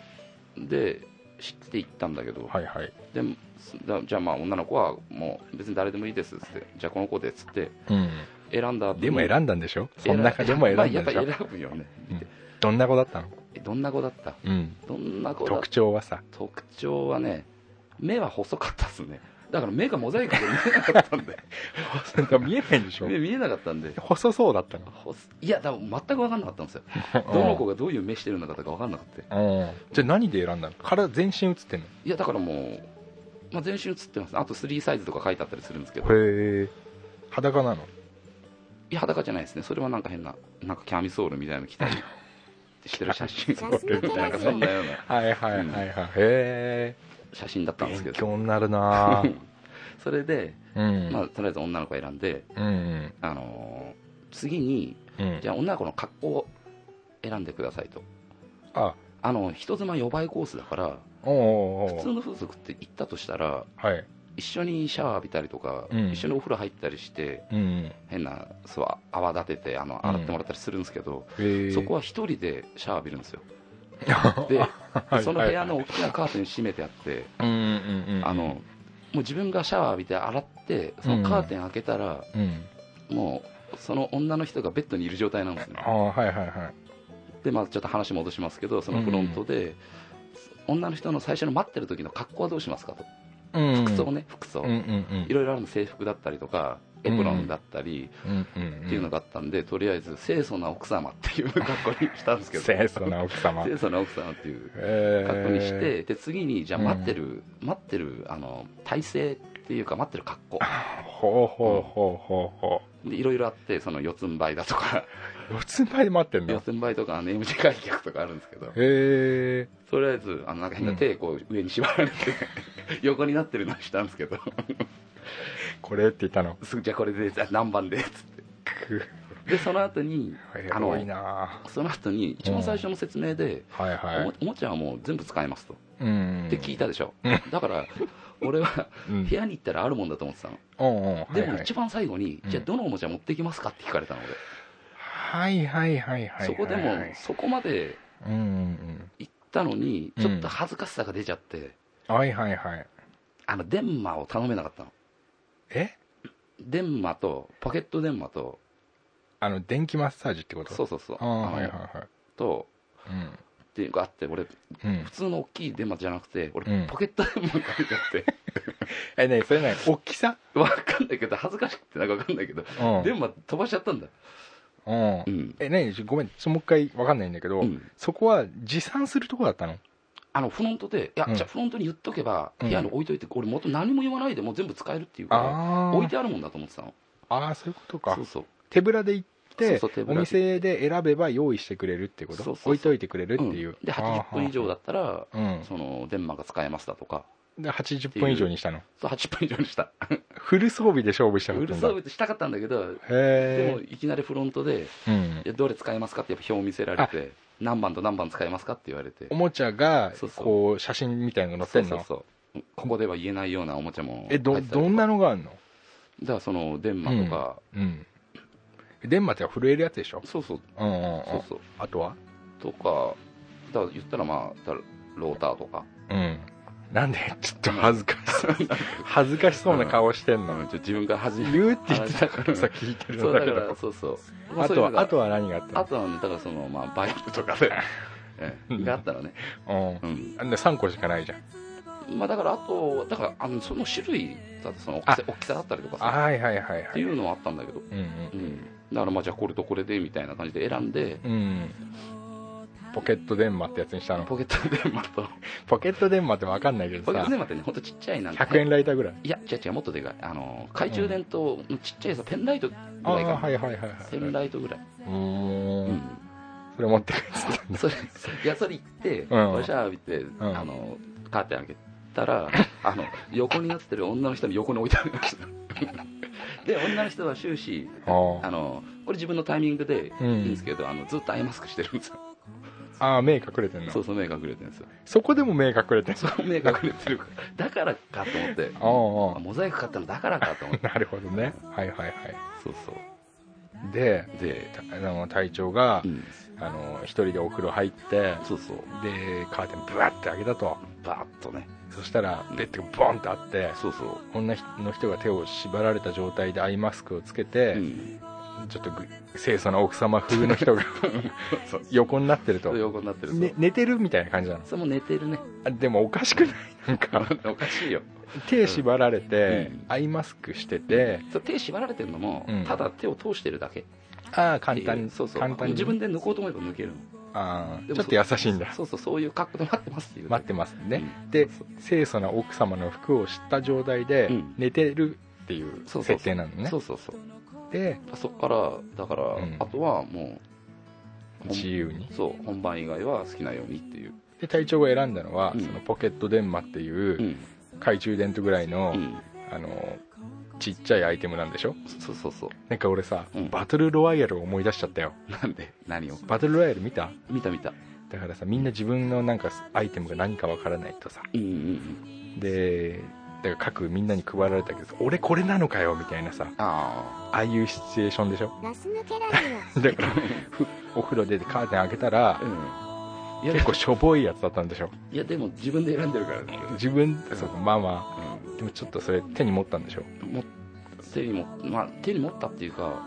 [SPEAKER 3] で知って行ったんだけど、
[SPEAKER 4] はいはい
[SPEAKER 3] でそだじゃあまあ女の子はもう別に誰でもいいですっつってじゃあこの子でっつって
[SPEAKER 4] うん
[SPEAKER 3] 選んだ後に
[SPEAKER 4] でも選んだんでしょその中でも選んだんでしょ
[SPEAKER 3] まあやっぱ選ぶよね、
[SPEAKER 4] うんどんな子だったの
[SPEAKER 3] えどんな子だった
[SPEAKER 4] うん
[SPEAKER 3] どんな子だった
[SPEAKER 4] 特徴はさ
[SPEAKER 3] 特徴はね目は細かったですねだから目がモザイクで <laughs> 見えなかったんで
[SPEAKER 4] 見えないでしょ
[SPEAKER 3] 目見えなかったんで
[SPEAKER 4] 細そうだったの
[SPEAKER 3] ほすいやでも全く分かんなかったんですよどの子がどういう目してるのかとか分かんなくて
[SPEAKER 4] うんじゃあ何で選んだの体全身映ってんの
[SPEAKER 3] いやだからもう、まあ、全身映ってますあと3サイズとか書いてあったりするんですけど
[SPEAKER 4] へえ裸なの
[SPEAKER 3] いや裸じゃないですねそれはなんか変ななんかキャミソールみたいなの
[SPEAKER 4] <laughs>
[SPEAKER 3] 着たりしてる写真
[SPEAKER 5] ラスボスラジオ
[SPEAKER 3] なんかそんなような
[SPEAKER 4] はいはい
[SPEAKER 3] はい
[SPEAKER 4] はいへえ
[SPEAKER 3] 写真だったんですけ
[SPEAKER 4] 勉
[SPEAKER 3] ど
[SPEAKER 4] 強になる <laughs> なぁ
[SPEAKER 3] それで、
[SPEAKER 4] うん、
[SPEAKER 3] まあ、とりあえず女の子選んで、
[SPEAKER 4] うん
[SPEAKER 3] あのー次に
[SPEAKER 4] うんうん
[SPEAKER 3] じゃあ女の子の格好を選んでくださいと
[SPEAKER 4] あ
[SPEAKER 3] あの人妻呼ばいコースだから
[SPEAKER 4] おおお
[SPEAKER 3] 普通の風俗って行ったとしたら
[SPEAKER 4] はい
[SPEAKER 3] 一緒にシャワー浴びたりとか、
[SPEAKER 4] うん
[SPEAKER 3] 一緒にお風呂入ったりして
[SPEAKER 4] うん
[SPEAKER 3] 変なそう泡立ててあの洗ってもらったりするんですけど、
[SPEAKER 4] えー
[SPEAKER 3] そこは一人でシャワー浴びる
[SPEAKER 4] <laughs>
[SPEAKER 3] んですよ
[SPEAKER 4] は
[SPEAKER 3] で
[SPEAKER 4] はい
[SPEAKER 3] その部屋の大きなカーテン閉めてあって
[SPEAKER 4] うんうんうん
[SPEAKER 3] あのもう自分がシャワー浴びて洗ってそのカーテン開けたら、
[SPEAKER 4] うん
[SPEAKER 3] もうその女の人がベッドにいる状態なんですね
[SPEAKER 4] ああはいはいはい
[SPEAKER 3] でまあちょっと話戻しますけどそのフロントで、女の人の最初の待ってる時の格好はどうしますかと
[SPEAKER 4] うん
[SPEAKER 3] 服装ね服装、
[SPEAKER 4] うんうんうん
[SPEAKER 3] いろいろあるの制服だったりとかエプロンだったり
[SPEAKER 4] うんうん
[SPEAKER 3] っていうのがあったんで、とりあえず清楚な奥様っていう格好にしたんですけど
[SPEAKER 4] 清楚な奥様
[SPEAKER 3] 清楚な奥様っていう
[SPEAKER 4] えー
[SPEAKER 3] 格好にして、で次にじゃあ待ってる、待ってるあの体勢っていうか待ってる格好
[SPEAKER 4] ほうほうほうほうほ
[SPEAKER 3] でいろいろあってその四つん這いだとか
[SPEAKER 4] う四つん這いで待ってんだ
[SPEAKER 3] 四
[SPEAKER 4] へ
[SPEAKER 3] つん這いとかネーム開脚とかあるんですけど
[SPEAKER 4] え
[SPEAKER 3] とりあえずあのなんか変な手こう上に縛られて横になってるのにしたんですけど <laughs>
[SPEAKER 4] これって言ったの
[SPEAKER 3] すぐじゃあこれでじゃあ何番でつって
[SPEAKER 4] く
[SPEAKER 3] でその後に
[SPEAKER 4] エ
[SPEAKER 3] あの
[SPEAKER 4] ロいな
[SPEAKER 3] その後に一番最初の説明で、
[SPEAKER 4] はい
[SPEAKER 3] お
[SPEAKER 4] は
[SPEAKER 3] もおもちゃはもう全部使えますと、
[SPEAKER 4] いうん
[SPEAKER 3] って聞いたでしょ、だから俺は
[SPEAKER 4] うん
[SPEAKER 3] 部屋に行ったらあるもんだと思ってたの、
[SPEAKER 4] うんうんはい
[SPEAKER 3] で
[SPEAKER 4] は
[SPEAKER 3] も
[SPEAKER 4] い
[SPEAKER 3] 一番最後に、
[SPEAKER 4] うん
[SPEAKER 3] じゃあどのおもちゃ持ってきますかって聞かれたので、
[SPEAKER 4] はいはいはいはいはい
[SPEAKER 3] そこでもそこまで
[SPEAKER 4] うんうん
[SPEAKER 3] 行ったのに
[SPEAKER 4] うん
[SPEAKER 3] ちょっと恥ずかしさが出ちゃって、
[SPEAKER 4] うんはいはいはい
[SPEAKER 3] あのデンマを頼めなかったの
[SPEAKER 4] え
[SPEAKER 3] デンマとポケットデンマと
[SPEAKER 4] あの電気マッサージってこと
[SPEAKER 3] そううそうそう
[SPEAKER 4] ああ
[SPEAKER 3] あの
[SPEAKER 4] はいはいは
[SPEAKER 3] と
[SPEAKER 4] いうん
[SPEAKER 3] っていうのがあって俺
[SPEAKER 4] うん
[SPEAKER 3] 普、通の大きいデンマじゃなくて
[SPEAKER 4] うん
[SPEAKER 3] 俺ポケットデンマ買いちゃ
[SPEAKER 4] <laughs>
[SPEAKER 3] って、
[SPEAKER 4] えねそれね大きさ
[SPEAKER 3] わかんないけど恥ずかしくてなんかわかんないけど、
[SPEAKER 4] うん
[SPEAKER 3] デンマ飛ばしちゃったんだ
[SPEAKER 4] うん
[SPEAKER 3] うん、
[SPEAKER 4] えねごめんちょもう一回わかんないんだけど、
[SPEAKER 3] うん
[SPEAKER 4] そこは持参するとこだったの
[SPEAKER 3] あのフロントで、いや、
[SPEAKER 4] うん
[SPEAKER 3] じゃあフロントに言っとけば、
[SPEAKER 4] うん
[SPEAKER 3] 部屋に置いといて、俺、元何も言わないでもう全部使えるっていうか
[SPEAKER 4] あ
[SPEAKER 3] ら、
[SPEAKER 4] あ
[SPEAKER 3] 置いてあるもんだと思ってたの、
[SPEAKER 4] ああそういうことか
[SPEAKER 3] そうそう、
[SPEAKER 4] 手ぶらで行って
[SPEAKER 3] そうそう手ぶ
[SPEAKER 4] お
[SPEAKER 3] らで
[SPEAKER 4] 店で選べば用意してくれるってこと
[SPEAKER 3] そうそうそう
[SPEAKER 4] 置いといてくれるって
[SPEAKER 3] うん
[SPEAKER 4] いう、
[SPEAKER 3] で80分以上だったら、
[SPEAKER 4] あーはーはー
[SPEAKER 3] その電マが使えますだとか、
[SPEAKER 4] うんで80分以上にしたの
[SPEAKER 3] そう80分以上にした、
[SPEAKER 4] フル装備で勝負
[SPEAKER 3] <laughs>
[SPEAKER 4] したか
[SPEAKER 3] う
[SPEAKER 4] った
[SPEAKER 3] る
[SPEAKER 4] ん
[SPEAKER 3] さ
[SPEAKER 4] だ
[SPEAKER 3] いってしたかったんだけど、でも
[SPEAKER 4] へ
[SPEAKER 3] いきなりフロントで、
[SPEAKER 4] え、うん
[SPEAKER 3] い、やどれ使えますかって、やっぱ表を見せられて、何番と何番使えますかって言われて
[SPEAKER 4] お、もちゃが
[SPEAKER 3] そうそう
[SPEAKER 4] こう写真みたいなの載ってんの
[SPEAKER 3] そうそうそうここでは言えないようなおもちゃも入
[SPEAKER 4] え
[SPEAKER 3] ってた
[SPEAKER 4] ど
[SPEAKER 3] りとか
[SPEAKER 4] どんなのがあるの
[SPEAKER 3] だからその電マとか、
[SPEAKER 4] うん電マっては震えるやつでしょ
[SPEAKER 3] そうそう、
[SPEAKER 4] うんうんうん
[SPEAKER 3] そうそう。
[SPEAKER 4] あとは
[SPEAKER 3] とか、だから言ったらまあ、だからローターとか、
[SPEAKER 4] うんなんでちょっと恥ずかしそう恥ずかしそうな顔してんの、
[SPEAKER 3] うん、ちょ自分が始め
[SPEAKER 4] 言うって言ってたからさ聞いてる
[SPEAKER 3] <laughs> そ
[SPEAKER 4] ん
[SPEAKER 3] う
[SPEAKER 4] だ
[SPEAKER 3] だ
[SPEAKER 4] け
[SPEAKER 3] から、
[SPEAKER 4] ど
[SPEAKER 3] そうそう。ま
[SPEAKER 4] あ
[SPEAKER 3] そ
[SPEAKER 4] と
[SPEAKER 3] ういうの
[SPEAKER 4] は
[SPEAKER 3] が
[SPEAKER 4] あとは何があった
[SPEAKER 3] あとはね、だからその、まあ、バイク
[SPEAKER 4] <laughs>
[SPEAKER 3] とかで、ええがあったらね、
[SPEAKER 4] のうん
[SPEAKER 3] うん。
[SPEAKER 4] あんで3個しかないじゃん
[SPEAKER 3] まあ、だから、あと、だから、あの、その種類だと、その大きさ、大きさだったりとかさ、
[SPEAKER 4] はいはいはい
[SPEAKER 3] っ
[SPEAKER 4] は
[SPEAKER 3] て
[SPEAKER 4] い
[SPEAKER 3] いうのはあったんだけど、
[SPEAKER 4] うん
[SPEAKER 3] うん。だから、まあ、じゃあ、これとこれで、みたいな感じで選んで、
[SPEAKER 4] うんうんポケット電マってやつにしたの
[SPEAKER 3] ポケット電話と、
[SPEAKER 4] ポケット電マって分かんないけど
[SPEAKER 3] ポケッ
[SPEAKER 4] さ
[SPEAKER 3] ト電話ってね、ほんとちっちゃいなん
[SPEAKER 4] 100円ライターぐらい
[SPEAKER 3] いや、違う違う、もっとでかい。あの、懐中電灯のちっちゃいさ、ペンライトぐ
[SPEAKER 4] ああ
[SPEAKER 3] らい
[SPEAKER 4] ー
[SPEAKER 3] か
[SPEAKER 4] は
[SPEAKER 3] な。
[SPEAKER 4] いはいはいは
[SPEAKER 3] ペン
[SPEAKER 4] い
[SPEAKER 3] ライトぐらい。
[SPEAKER 4] う
[SPEAKER 3] う
[SPEAKER 4] ーん
[SPEAKER 3] ん。
[SPEAKER 4] それ持って帰ってたんだ
[SPEAKER 3] それいやそれ行って、
[SPEAKER 4] うん
[SPEAKER 3] おしゃーびて、
[SPEAKER 4] ん
[SPEAKER 3] あのカーテン開けたら <laughs> あの横になってる女の人の横に置いてあるんです <laughs> よで女の人は終始
[SPEAKER 4] あー
[SPEAKER 3] あのこれ自分のタイミングでい
[SPEAKER 4] うん
[SPEAKER 3] いんですけど、あのずっとアイマスクしてるんですよ
[SPEAKER 4] あー目隠れてんの
[SPEAKER 3] そうそう目隠れてるんですよ
[SPEAKER 4] そこでも目隠れてんの
[SPEAKER 3] そう目隠れてるから <laughs> だからかと思って
[SPEAKER 4] あ
[SPEAKER 3] あモザイク買ったのだからかと思
[SPEAKER 4] あ
[SPEAKER 3] って
[SPEAKER 4] <laughs> なるほどねはいはいは
[SPEAKER 3] そう
[SPEAKER 4] いで
[SPEAKER 3] そうで、
[SPEAKER 4] たあの隊長が、
[SPEAKER 3] うん、
[SPEAKER 4] あの一人でお風呂入って
[SPEAKER 3] そうそう
[SPEAKER 4] でカーテンブワッて開けたと
[SPEAKER 3] バーッとね
[SPEAKER 4] そしたらベッドがボンってあって
[SPEAKER 3] そうそう
[SPEAKER 4] 女の人が手を縛られた状態でアイマスクをつけて、
[SPEAKER 3] うん
[SPEAKER 4] ちょっとぐ清楚な奥様風の人が
[SPEAKER 3] そう
[SPEAKER 4] 横になってる
[SPEAKER 3] そ
[SPEAKER 4] と
[SPEAKER 3] う、横になってるそう
[SPEAKER 4] ね、寝てるみたいな感じなの
[SPEAKER 3] それも寝
[SPEAKER 4] <laughs>
[SPEAKER 3] てるね
[SPEAKER 4] あでもおかしくないなんか
[SPEAKER 3] おかしいよ
[SPEAKER 4] 手縛られて、
[SPEAKER 3] うん
[SPEAKER 4] アイマスクしてて
[SPEAKER 3] そう手縛られてるのも、
[SPEAKER 4] うん
[SPEAKER 3] ただ手を通してるだけ
[SPEAKER 4] ああ簡単
[SPEAKER 3] に
[SPEAKER 4] に
[SPEAKER 3] そうそう
[SPEAKER 4] 簡単に
[SPEAKER 3] 自分で抜こうと思えば抜けるの
[SPEAKER 4] あ
[SPEAKER 3] で
[SPEAKER 4] あ
[SPEAKER 3] も
[SPEAKER 4] ちょっと優しいんだ
[SPEAKER 3] そうそうそういう格好で待ってますっていう
[SPEAKER 4] 待ってますね、
[SPEAKER 3] うん
[SPEAKER 4] で
[SPEAKER 3] そう
[SPEAKER 4] 清楚な奥様の服を知った状態で
[SPEAKER 3] うん
[SPEAKER 4] 寝てるっていう
[SPEAKER 3] そうそうそう
[SPEAKER 4] 設定なのね、
[SPEAKER 3] そうそうそう
[SPEAKER 4] で
[SPEAKER 3] そっからだから、
[SPEAKER 4] うん
[SPEAKER 3] あとはもうほん
[SPEAKER 4] 自由に
[SPEAKER 3] そう本番以外は好きなようにっていう
[SPEAKER 4] で隊長が選んだのは、
[SPEAKER 3] うん
[SPEAKER 4] そのポケットデンマって
[SPEAKER 3] う
[SPEAKER 4] いうん懐中電灯ぐらいの,、
[SPEAKER 3] うん
[SPEAKER 4] あのちっちゃいアイテムなんでしょ
[SPEAKER 3] そうそうそう <laughs>
[SPEAKER 4] なんか俺さ、
[SPEAKER 3] うん
[SPEAKER 4] バトルロワイヤルを思い出しちゃったよ
[SPEAKER 3] なんで何を
[SPEAKER 4] バトルロワイヤル見た
[SPEAKER 3] 見た見た
[SPEAKER 4] だからさみんな自分のなんかアイテムが何かわからないとさ
[SPEAKER 3] うんうんうん
[SPEAKER 4] でだから各みんなに配られたけど俺これなのかよみたいなさ
[SPEAKER 3] あ
[SPEAKER 4] ああいうシチュエーションでしょ
[SPEAKER 5] ガス抜けラジオ
[SPEAKER 4] だからふお風呂出てカーテン開けたら
[SPEAKER 3] あうんいや
[SPEAKER 4] 結構しょぼいやつだったんでしょ
[SPEAKER 3] いやでも自分で選んでるからね、
[SPEAKER 4] 自分そうまあまあでもちょっとそれ手に持ったんでしょ
[SPEAKER 3] うん、も手にもまあ手に持ったっていうか、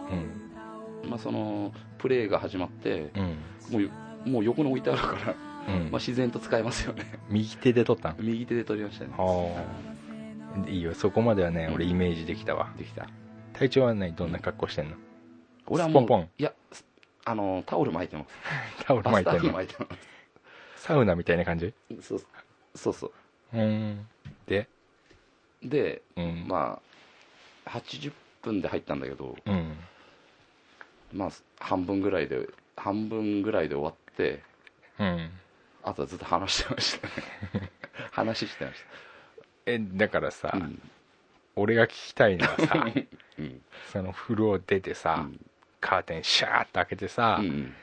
[SPEAKER 4] うん
[SPEAKER 3] まあ、そのプレーが始まって
[SPEAKER 4] うん
[SPEAKER 3] もうよもう横に置いてあるから、
[SPEAKER 4] うん、
[SPEAKER 3] まあ、自然と使えますよね <laughs>
[SPEAKER 4] 右手で取ったん
[SPEAKER 3] 右手で取りましたね
[SPEAKER 4] はあいいよそこまではね
[SPEAKER 3] うん
[SPEAKER 4] 俺イメージできたわ
[SPEAKER 3] できた
[SPEAKER 4] 体調はねどんな格好してんの
[SPEAKER 3] 俺はもう
[SPEAKER 4] スポンポン
[SPEAKER 3] いやすあのタオル巻いてます
[SPEAKER 4] タオル巻いて
[SPEAKER 3] バス
[SPEAKER 4] ん
[SPEAKER 3] タオル
[SPEAKER 4] の
[SPEAKER 3] 巻いてま
[SPEAKER 4] サウナみたいな感じ
[SPEAKER 3] すそうそうそう
[SPEAKER 4] うんで
[SPEAKER 3] で
[SPEAKER 4] うん
[SPEAKER 3] まあ80分で入ったんだけど
[SPEAKER 4] うん
[SPEAKER 3] まあ半分ぐらいで半分ぐらいで終わって
[SPEAKER 4] うん
[SPEAKER 3] あとはずっと話してましたね
[SPEAKER 4] <laughs>
[SPEAKER 3] 話してまし
[SPEAKER 4] えだからさ、
[SPEAKER 3] たうん
[SPEAKER 4] 俺が聞きたいのは
[SPEAKER 3] <laughs>
[SPEAKER 4] さ
[SPEAKER 3] うん
[SPEAKER 4] その風呂出てさ、カーテンシャーって開けてさ、
[SPEAKER 3] うんうん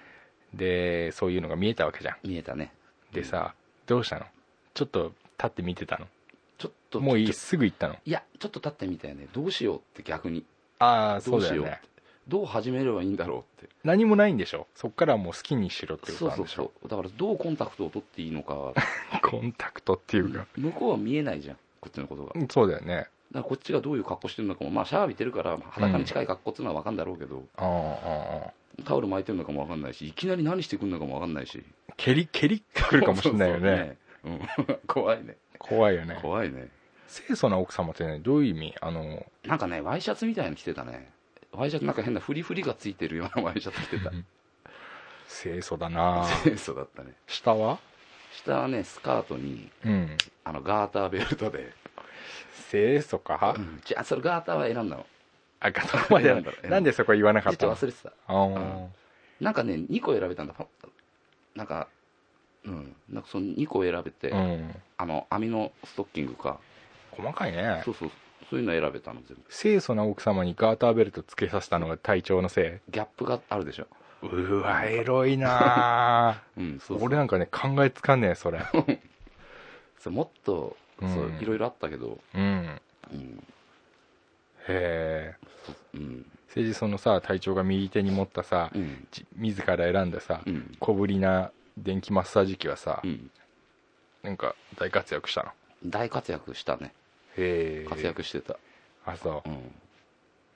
[SPEAKER 4] でそういうのが見えたわけじゃん
[SPEAKER 3] 見えたね
[SPEAKER 4] でさどうしたのちょっと立って見てたの
[SPEAKER 3] ちょっと
[SPEAKER 4] もういい
[SPEAKER 3] ちょっ
[SPEAKER 4] すぐ行ったの
[SPEAKER 3] といやちょっと立ってみたよねどうしようって逆に
[SPEAKER 4] ああ
[SPEAKER 3] ど
[SPEAKER 4] そううだ
[SPEAKER 3] しよ
[SPEAKER 4] よ
[SPEAKER 3] う
[SPEAKER 4] ね
[SPEAKER 3] どう始めればいいんだろうって
[SPEAKER 4] 何もないんでしょそっからはもう好きにしろってこと
[SPEAKER 3] そう
[SPEAKER 4] なん
[SPEAKER 3] そう
[SPEAKER 4] でしょ
[SPEAKER 3] そうだからどうコンタクトを取っていいのか
[SPEAKER 4] コンタクトっていうか、
[SPEAKER 3] 向こうは見えないじゃんこっちのことがだか
[SPEAKER 4] うんそうだよね
[SPEAKER 3] らこっちがどういう格好してるのかもまあシャワー浴びてるから裸に近い格好っていうのは分かんだろうけど、
[SPEAKER 4] ああああ
[SPEAKER 3] タオル巻いてるのかも分かんないしいきなり何してくるのかも分かんないし
[SPEAKER 4] 蹴り蹴り来るかもしれないよね
[SPEAKER 3] そうそうそうねうん <laughs> 怖いね
[SPEAKER 4] 怖いよね
[SPEAKER 3] 怖いね
[SPEAKER 4] 清楚な奥様ってねどういう意味あの
[SPEAKER 3] なんかねワイシャツみたいなの着てたねワイシャツなんか変なフリフリがついてるようなワイシャツ着てた
[SPEAKER 4] 清楚だ
[SPEAKER 3] <laughs>
[SPEAKER 4] な
[SPEAKER 3] 清楚だったね
[SPEAKER 4] 下は
[SPEAKER 3] 下はねスカートに
[SPEAKER 4] うん
[SPEAKER 3] あのガーターベルトで、
[SPEAKER 4] 清楚か、
[SPEAKER 3] うんじゃあそれガーターは選んだの
[SPEAKER 4] あそこまで
[SPEAKER 3] なんだろう
[SPEAKER 4] なんでそこ言わな
[SPEAKER 3] ちょ
[SPEAKER 4] か
[SPEAKER 3] っ
[SPEAKER 4] った
[SPEAKER 3] と
[SPEAKER 4] の
[SPEAKER 3] 忘れてた
[SPEAKER 4] あー
[SPEAKER 3] うんなんかね2個選べたんだパなんかうんなんかその2個選べて、
[SPEAKER 4] うん
[SPEAKER 3] あの網のストッキングか
[SPEAKER 4] 細かいね
[SPEAKER 3] そうそうそういうの選べたの全部
[SPEAKER 4] 清楚な奥様にガーターベルトつけさせたのが隊長のせ
[SPEAKER 3] ギャップがあるでしょ
[SPEAKER 4] いうんわエロいな
[SPEAKER 3] うんそう
[SPEAKER 4] <laughs>
[SPEAKER 3] そう
[SPEAKER 4] 俺なんかね考えつかんねえそれ
[SPEAKER 3] そうもっとそう
[SPEAKER 4] うん
[SPEAKER 3] いろいろあったけど
[SPEAKER 4] うん
[SPEAKER 3] うん、
[SPEAKER 4] へえ
[SPEAKER 3] うん
[SPEAKER 4] 政治そのさ隊長が右手に持ったさ、
[SPEAKER 3] うん
[SPEAKER 4] じ自ら選んださ、
[SPEAKER 3] うん
[SPEAKER 4] 小ぶりな電気マッサージ機はさ、
[SPEAKER 3] うん
[SPEAKER 4] なんか大活躍したの
[SPEAKER 3] 大活躍したね
[SPEAKER 4] へえ
[SPEAKER 3] 活躍してた、
[SPEAKER 4] あそ
[SPEAKER 3] うん
[SPEAKER 4] う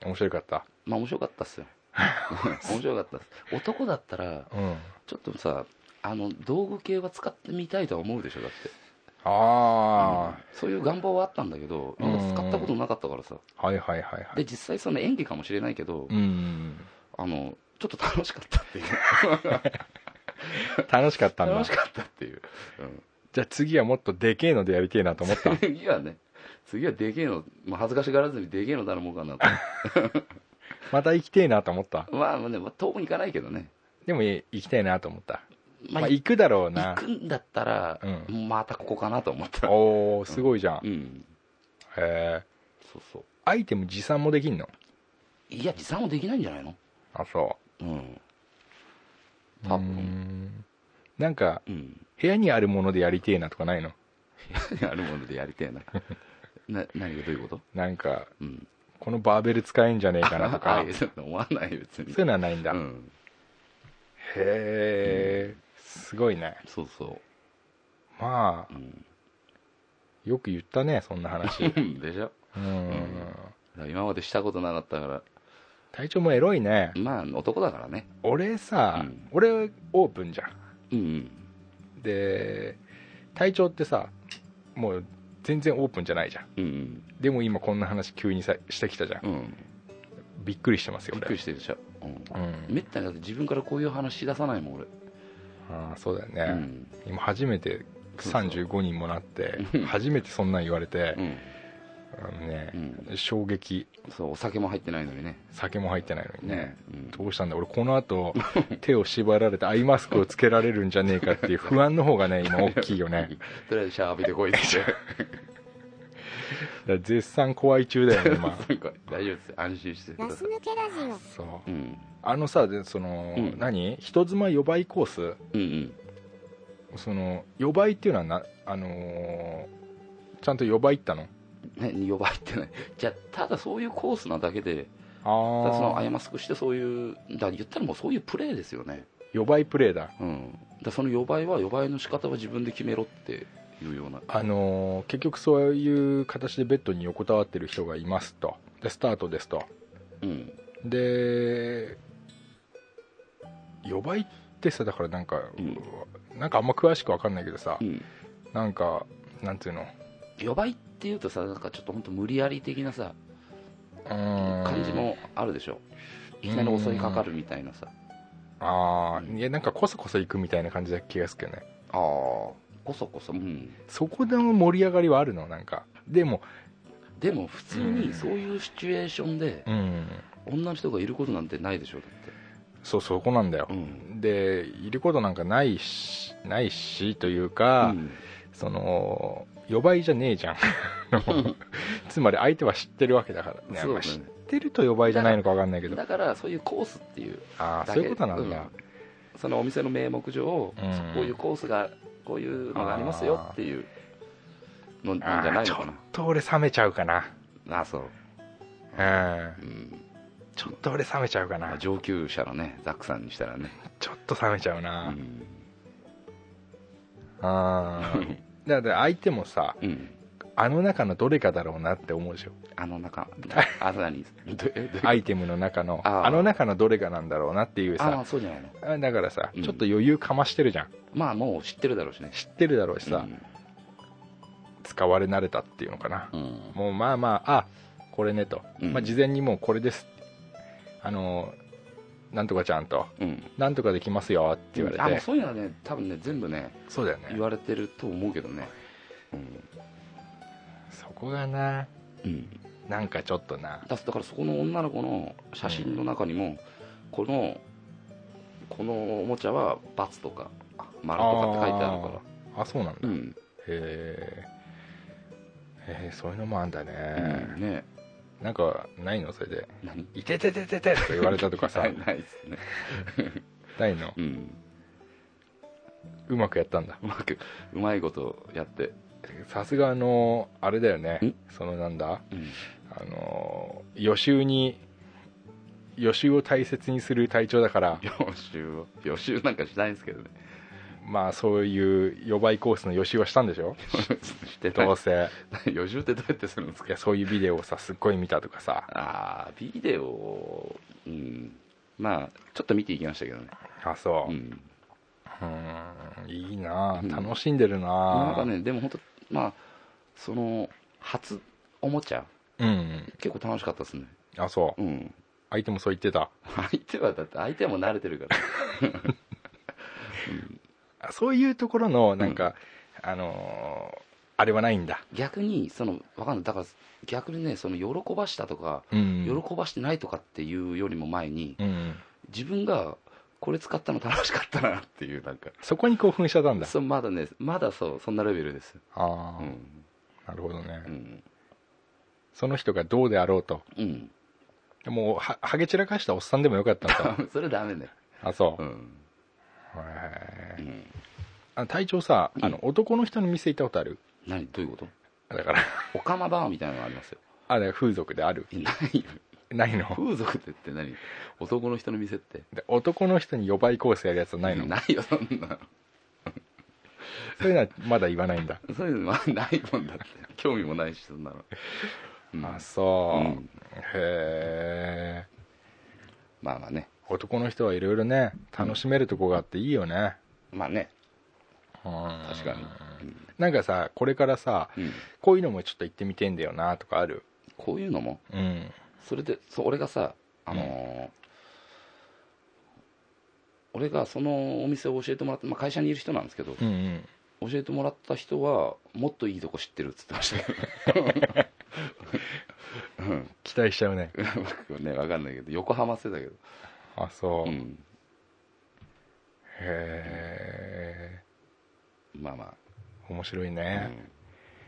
[SPEAKER 4] 面白かった
[SPEAKER 3] まあ面白かったっ
[SPEAKER 4] <laughs>
[SPEAKER 3] すよ面白かったっす男だったら
[SPEAKER 4] うん
[SPEAKER 3] ちょっとさあの道具系は使ってみたいとは思うでしょだって
[SPEAKER 4] あ
[SPEAKER 3] そういう願望はあったんだけど
[SPEAKER 4] うん
[SPEAKER 3] なんか使ったことなかったからさ
[SPEAKER 4] あ、はいはいはいは
[SPEAKER 3] で
[SPEAKER 4] い
[SPEAKER 3] 実際その演技かもしれないけど、
[SPEAKER 4] うん
[SPEAKER 3] あのちょっと楽しかったっていう
[SPEAKER 4] 楽しかったんだ
[SPEAKER 3] 楽しかったっていう、
[SPEAKER 4] じゃあ次はもっとでけえのでやりてえなと思った
[SPEAKER 3] <laughs> うん、 <laughs> 次はね次はでけえの、まあ、恥ずかしがらずにでけえの頼もうかな
[SPEAKER 4] <laughs>
[SPEAKER 3] と
[SPEAKER 4] また行きてえなと思った
[SPEAKER 3] まあね、まあ、遠くに行かないけどね、
[SPEAKER 4] でもい行きたいなと思った、まあ、
[SPEAKER 3] まあ、
[SPEAKER 4] 行くだろう
[SPEAKER 3] 行
[SPEAKER 4] な
[SPEAKER 3] くんだったら、
[SPEAKER 4] う
[SPEAKER 3] またここかなと思った
[SPEAKER 4] おおすごいじゃん、
[SPEAKER 3] う
[SPEAKER 4] へ
[SPEAKER 3] ん
[SPEAKER 4] え
[SPEAKER 3] そうそう
[SPEAKER 4] アイテム持参もできんの
[SPEAKER 3] いや持参もできないんじゃないの
[SPEAKER 4] あそ
[SPEAKER 3] うん
[SPEAKER 4] う
[SPEAKER 3] 多分
[SPEAKER 4] うーんなんか
[SPEAKER 3] うん
[SPEAKER 4] 部屋にあるものでやりてえなとかないの
[SPEAKER 3] <laughs> あるものでやりたいなな何がどういう
[SPEAKER 4] <laughs>
[SPEAKER 3] こと
[SPEAKER 4] なんか
[SPEAKER 3] うん
[SPEAKER 4] このバーベル使えんじゃねえかなと
[SPEAKER 3] <laughs> あ
[SPEAKER 4] か
[SPEAKER 3] あいやそういうの思わない別に
[SPEAKER 4] そういうのはないんだ、
[SPEAKER 3] う
[SPEAKER 4] へ
[SPEAKER 3] ん
[SPEAKER 4] えすごいね
[SPEAKER 3] そうそ
[SPEAKER 4] まあ
[SPEAKER 3] う、うん、
[SPEAKER 4] よく言ったねそんな
[SPEAKER 3] <laughs>
[SPEAKER 4] 話
[SPEAKER 3] でしょ
[SPEAKER 4] うん
[SPEAKER 3] だから今までしたことなかったから
[SPEAKER 4] 体調もエロいね
[SPEAKER 3] まあ男だからね
[SPEAKER 4] 俺さ、
[SPEAKER 3] うん
[SPEAKER 4] 俺オープンじゃん
[SPEAKER 3] うんうん
[SPEAKER 4] で体調ってさもう全然オープンじゃないじゃん
[SPEAKER 3] うん
[SPEAKER 4] でも今こんな話急にさしてきたじゃん、
[SPEAKER 3] うんうん
[SPEAKER 4] びっくりしてますよ
[SPEAKER 3] びっ
[SPEAKER 4] 俺
[SPEAKER 3] くりしてるでしょ、うん
[SPEAKER 4] うん
[SPEAKER 3] めったにだって自分からこういう話し出さないもん俺、
[SPEAKER 4] ああそうだよ
[SPEAKER 3] う
[SPEAKER 4] ね、
[SPEAKER 3] ん
[SPEAKER 4] 今初めて
[SPEAKER 3] そうそう
[SPEAKER 4] 35人もなって
[SPEAKER 3] うん
[SPEAKER 4] 初めてそんなん言われて
[SPEAKER 3] う、ん
[SPEAKER 4] あのね
[SPEAKER 3] う、ん、
[SPEAKER 4] 衝撃
[SPEAKER 3] そうお酒も入ってないのにね
[SPEAKER 4] 酒も入ってないのにね
[SPEAKER 3] ね、うん、
[SPEAKER 4] どうしたんだ俺この後 <laughs> 手を縛られてアイマスクをつけられるんじゃねえかっていう不安の方がね今大きい
[SPEAKER 3] <laughs>
[SPEAKER 4] よね
[SPEAKER 3] とりあえずシャワー浴びて
[SPEAKER 4] <laughs>
[SPEAKER 3] こいって
[SPEAKER 4] だから絶賛怖い中だよね
[SPEAKER 3] <laughs>
[SPEAKER 4] 今
[SPEAKER 3] 大丈夫です安心してく
[SPEAKER 5] ガ
[SPEAKER 3] だ
[SPEAKER 5] ス
[SPEAKER 3] さい
[SPEAKER 5] 抜けラジオ
[SPEAKER 4] そう
[SPEAKER 3] うん
[SPEAKER 4] あのさでその、
[SPEAKER 3] うん
[SPEAKER 4] 何人妻予売コー
[SPEAKER 3] うんうん
[SPEAKER 4] スその予売っていうのはなあのーちゃんと予売行ったの
[SPEAKER 3] ね、呼ばれてないじゃあただそういうコースなだけでただその
[SPEAKER 4] あ
[SPEAKER 3] ア
[SPEAKER 4] あ
[SPEAKER 3] イマスクしてそういうだ言ったらもうそういうプレーですよね
[SPEAKER 4] 予売プレイだ
[SPEAKER 3] うんだその呼ばいは呼ばいの仕方は自分で決めろっていうような
[SPEAKER 4] あのー結局そういう形でベッドに横たわってる人がいますとでスタートですと
[SPEAKER 3] うん
[SPEAKER 4] で予売ってさだからなんか、
[SPEAKER 3] うん
[SPEAKER 4] なんかあんま詳しく分かんないけどさ、
[SPEAKER 3] うん
[SPEAKER 4] なんかなんていうのう
[SPEAKER 3] 呼ばいっていうとさなんかちょっと本当無理やり的なさ
[SPEAKER 4] ーん
[SPEAKER 3] 感じもあるでしょいきなり襲いかかるみたいなさ
[SPEAKER 4] あ
[SPEAKER 3] うん
[SPEAKER 4] あいやなんかこそこそ行くみたいな感じだ気がするけどね
[SPEAKER 3] ああこそこそうん
[SPEAKER 4] そこでの盛り上がりはあるのなんかでも
[SPEAKER 3] でも普通にそういうシチュエーションで
[SPEAKER 4] うん
[SPEAKER 3] 女の人がいることなんてないでしょだっ
[SPEAKER 4] そうそこなんだよ
[SPEAKER 3] て、ん
[SPEAKER 4] でいることなんかないしないしというか、 <laughs> その予売じゃねえじゃん <laughs> つまり相手は知ってるわけだから、ね
[SPEAKER 3] そうだね
[SPEAKER 4] まあ知ってると予売じゃないのか分かんないけ
[SPEAKER 3] うん、
[SPEAKER 4] ど
[SPEAKER 3] だからそういうコースっていう
[SPEAKER 4] ああ
[SPEAKER 3] だ
[SPEAKER 4] そ
[SPEAKER 3] け
[SPEAKER 4] ういうことなんだ、
[SPEAKER 3] そのお店の名目上、
[SPEAKER 4] うん
[SPEAKER 3] こういうコースがこういうのがありますよっていうの
[SPEAKER 4] あ
[SPEAKER 3] な
[SPEAKER 4] あ
[SPEAKER 3] んじゃない
[SPEAKER 4] ち
[SPEAKER 3] の
[SPEAKER 4] ょ
[SPEAKER 3] か
[SPEAKER 4] っと俺冷めちゃうかな
[SPEAKER 3] なあそう、
[SPEAKER 4] うん
[SPEAKER 3] うん
[SPEAKER 4] ちょっと俺冷めちゃうか
[SPEAKER 3] まあ
[SPEAKER 4] な
[SPEAKER 3] 上級者のねザックさんにしたらね、
[SPEAKER 4] ちょっと冷めちゃう
[SPEAKER 3] う
[SPEAKER 4] な、
[SPEAKER 3] ん
[SPEAKER 4] あ
[SPEAKER 3] <laughs>
[SPEAKER 4] ん、だって相手もさ
[SPEAKER 3] うん、
[SPEAKER 4] あの中のどれかだろうなって思うでしょ
[SPEAKER 3] あ
[SPEAKER 4] <laughs>
[SPEAKER 3] の中あ何どえど
[SPEAKER 4] アイテムの中の
[SPEAKER 3] あー
[SPEAKER 4] あの中のどれかなんだろうなっていう
[SPEAKER 3] ああ
[SPEAKER 4] さ
[SPEAKER 3] そうじゃないの
[SPEAKER 4] あだからさ、
[SPEAKER 3] うん
[SPEAKER 4] ちょっと余裕かましてるじゃん
[SPEAKER 3] まあもう知ってるだろうしね
[SPEAKER 4] 知ってるだろうしさ、
[SPEAKER 3] うん
[SPEAKER 4] 使われ慣れたっていうのかな、
[SPEAKER 3] うん
[SPEAKER 4] もうまあまああこれねと、
[SPEAKER 3] うん
[SPEAKER 4] まあ、事前にもうこれですあのなんとかちゃんと
[SPEAKER 3] うん、
[SPEAKER 4] なんとかできますよって言われて、
[SPEAKER 3] あもうそういうのはね多分ね全部ね
[SPEAKER 4] そうだよ
[SPEAKER 3] 言
[SPEAKER 4] ね
[SPEAKER 3] われてると思うけどねうん、
[SPEAKER 4] そこがな
[SPEAKER 3] うん、
[SPEAKER 4] なんかちょっとな
[SPEAKER 3] だだからそこの女の子の写真の中にも、このこのおもちゃは×とかあ丸とかって書いてあるから
[SPEAKER 4] あそうなんだ、
[SPEAKER 3] う
[SPEAKER 4] へ
[SPEAKER 3] ん、
[SPEAKER 4] えへえそういうのもあんだ
[SPEAKER 3] うん
[SPEAKER 4] ね、
[SPEAKER 3] ね
[SPEAKER 4] なんかないのそれで
[SPEAKER 3] 何
[SPEAKER 4] 「いててててて」とか言われたとかさ
[SPEAKER 3] ないないですね
[SPEAKER 4] ないの
[SPEAKER 3] うん
[SPEAKER 4] うまくやったんだ
[SPEAKER 3] うまくうまいことやって
[SPEAKER 4] さすがあのあれだよね
[SPEAKER 3] ん
[SPEAKER 4] そのなんだ
[SPEAKER 3] うん
[SPEAKER 4] あのー予習に予習を大切にする隊長だから
[SPEAKER 3] 予習を予習なんかしないんですけどね <laughs>
[SPEAKER 4] まあそういう予売コースの予習はしたんでしょ
[SPEAKER 3] してな
[SPEAKER 4] ど
[SPEAKER 3] いう
[SPEAKER 4] せ
[SPEAKER 3] <laughs> 予習ってどうやってするんです
[SPEAKER 4] い
[SPEAKER 3] か
[SPEAKER 4] やそういうビデオをさすっごい見たとか
[SPEAKER 3] <laughs>
[SPEAKER 4] さ
[SPEAKER 3] ああビデオうんまあちょっと見ていきましたけどね
[SPEAKER 4] あそうううんーんいいなあ
[SPEAKER 3] うん
[SPEAKER 4] 楽しんでるなあ
[SPEAKER 3] なんかねでも本当まあその初おもちゃ
[SPEAKER 4] うんうん
[SPEAKER 3] 結構楽しかったですね
[SPEAKER 4] あそう
[SPEAKER 3] うん
[SPEAKER 4] 相手もそう言ってた
[SPEAKER 3] 相手はだって相手も慣れてるから
[SPEAKER 4] あそういうところのなんか、あのーあれはないんだ
[SPEAKER 3] 逆にそのわかんないだから逆にねその喜ばしたとか
[SPEAKER 4] うん
[SPEAKER 3] 喜ばしてないとかっていうよりも前に
[SPEAKER 4] うん
[SPEAKER 3] 自分がこれ使ったの楽しかったなっていうなんか
[SPEAKER 4] そこに興奮しちゃったんだ
[SPEAKER 3] そうまだねまだそうそんなレベルです
[SPEAKER 4] ああ、
[SPEAKER 3] うん
[SPEAKER 4] なるほどね、
[SPEAKER 3] うん
[SPEAKER 4] その人がどうであろうと
[SPEAKER 3] うん <laughs>
[SPEAKER 4] もうはハゲ散らかしたおっさんでもよかったん
[SPEAKER 3] <laughs>
[SPEAKER 4] だ
[SPEAKER 3] それダメね
[SPEAKER 4] あそうう、
[SPEAKER 3] ん
[SPEAKER 4] へ
[SPEAKER 3] う
[SPEAKER 4] え
[SPEAKER 3] ん
[SPEAKER 4] あ隊長さ、
[SPEAKER 3] うん
[SPEAKER 4] あの男の人の店行ったことある
[SPEAKER 3] 何どういうこと
[SPEAKER 4] だから <laughs>
[SPEAKER 3] オカマバーみたいなのありますよ
[SPEAKER 4] あれ風俗である <laughs>
[SPEAKER 3] えないよ
[SPEAKER 4] ないの
[SPEAKER 3] 風俗ってって何男の人の店って
[SPEAKER 4] で男の人に予売コースやるやつはないの
[SPEAKER 3] ないよそんなの
[SPEAKER 4] そういうのはまだ言わないんだ、
[SPEAKER 3] そういうのはないもんだって興味もないしそんなの、うん
[SPEAKER 4] あそう、
[SPEAKER 3] うん
[SPEAKER 4] へえ
[SPEAKER 3] まあまあね
[SPEAKER 4] 男の人はいろいろね楽しめるとこがあっていいよね、
[SPEAKER 3] まあね
[SPEAKER 4] うん
[SPEAKER 3] 確かに
[SPEAKER 4] なんかさこれからさ
[SPEAKER 3] うん、
[SPEAKER 4] こういうのもちょっと行ってみてんだよなとかある
[SPEAKER 3] こういうのも
[SPEAKER 4] うん
[SPEAKER 3] それでそう俺がさあのー俺がそのお店を教えてもらって、まあ、会社にいる人なんですけど
[SPEAKER 4] うんうん
[SPEAKER 3] 教えてもらった人はもっといいとこ知ってるっつってましたけどうん
[SPEAKER 4] 期待しちゃうね
[SPEAKER 3] 僕はねわかんないけど横浜世だけど
[SPEAKER 4] あそう、
[SPEAKER 3] う
[SPEAKER 4] へ
[SPEAKER 3] ん
[SPEAKER 4] え
[SPEAKER 3] まあま
[SPEAKER 4] 面白い
[SPEAKER 3] あ、
[SPEAKER 4] ね、
[SPEAKER 3] うん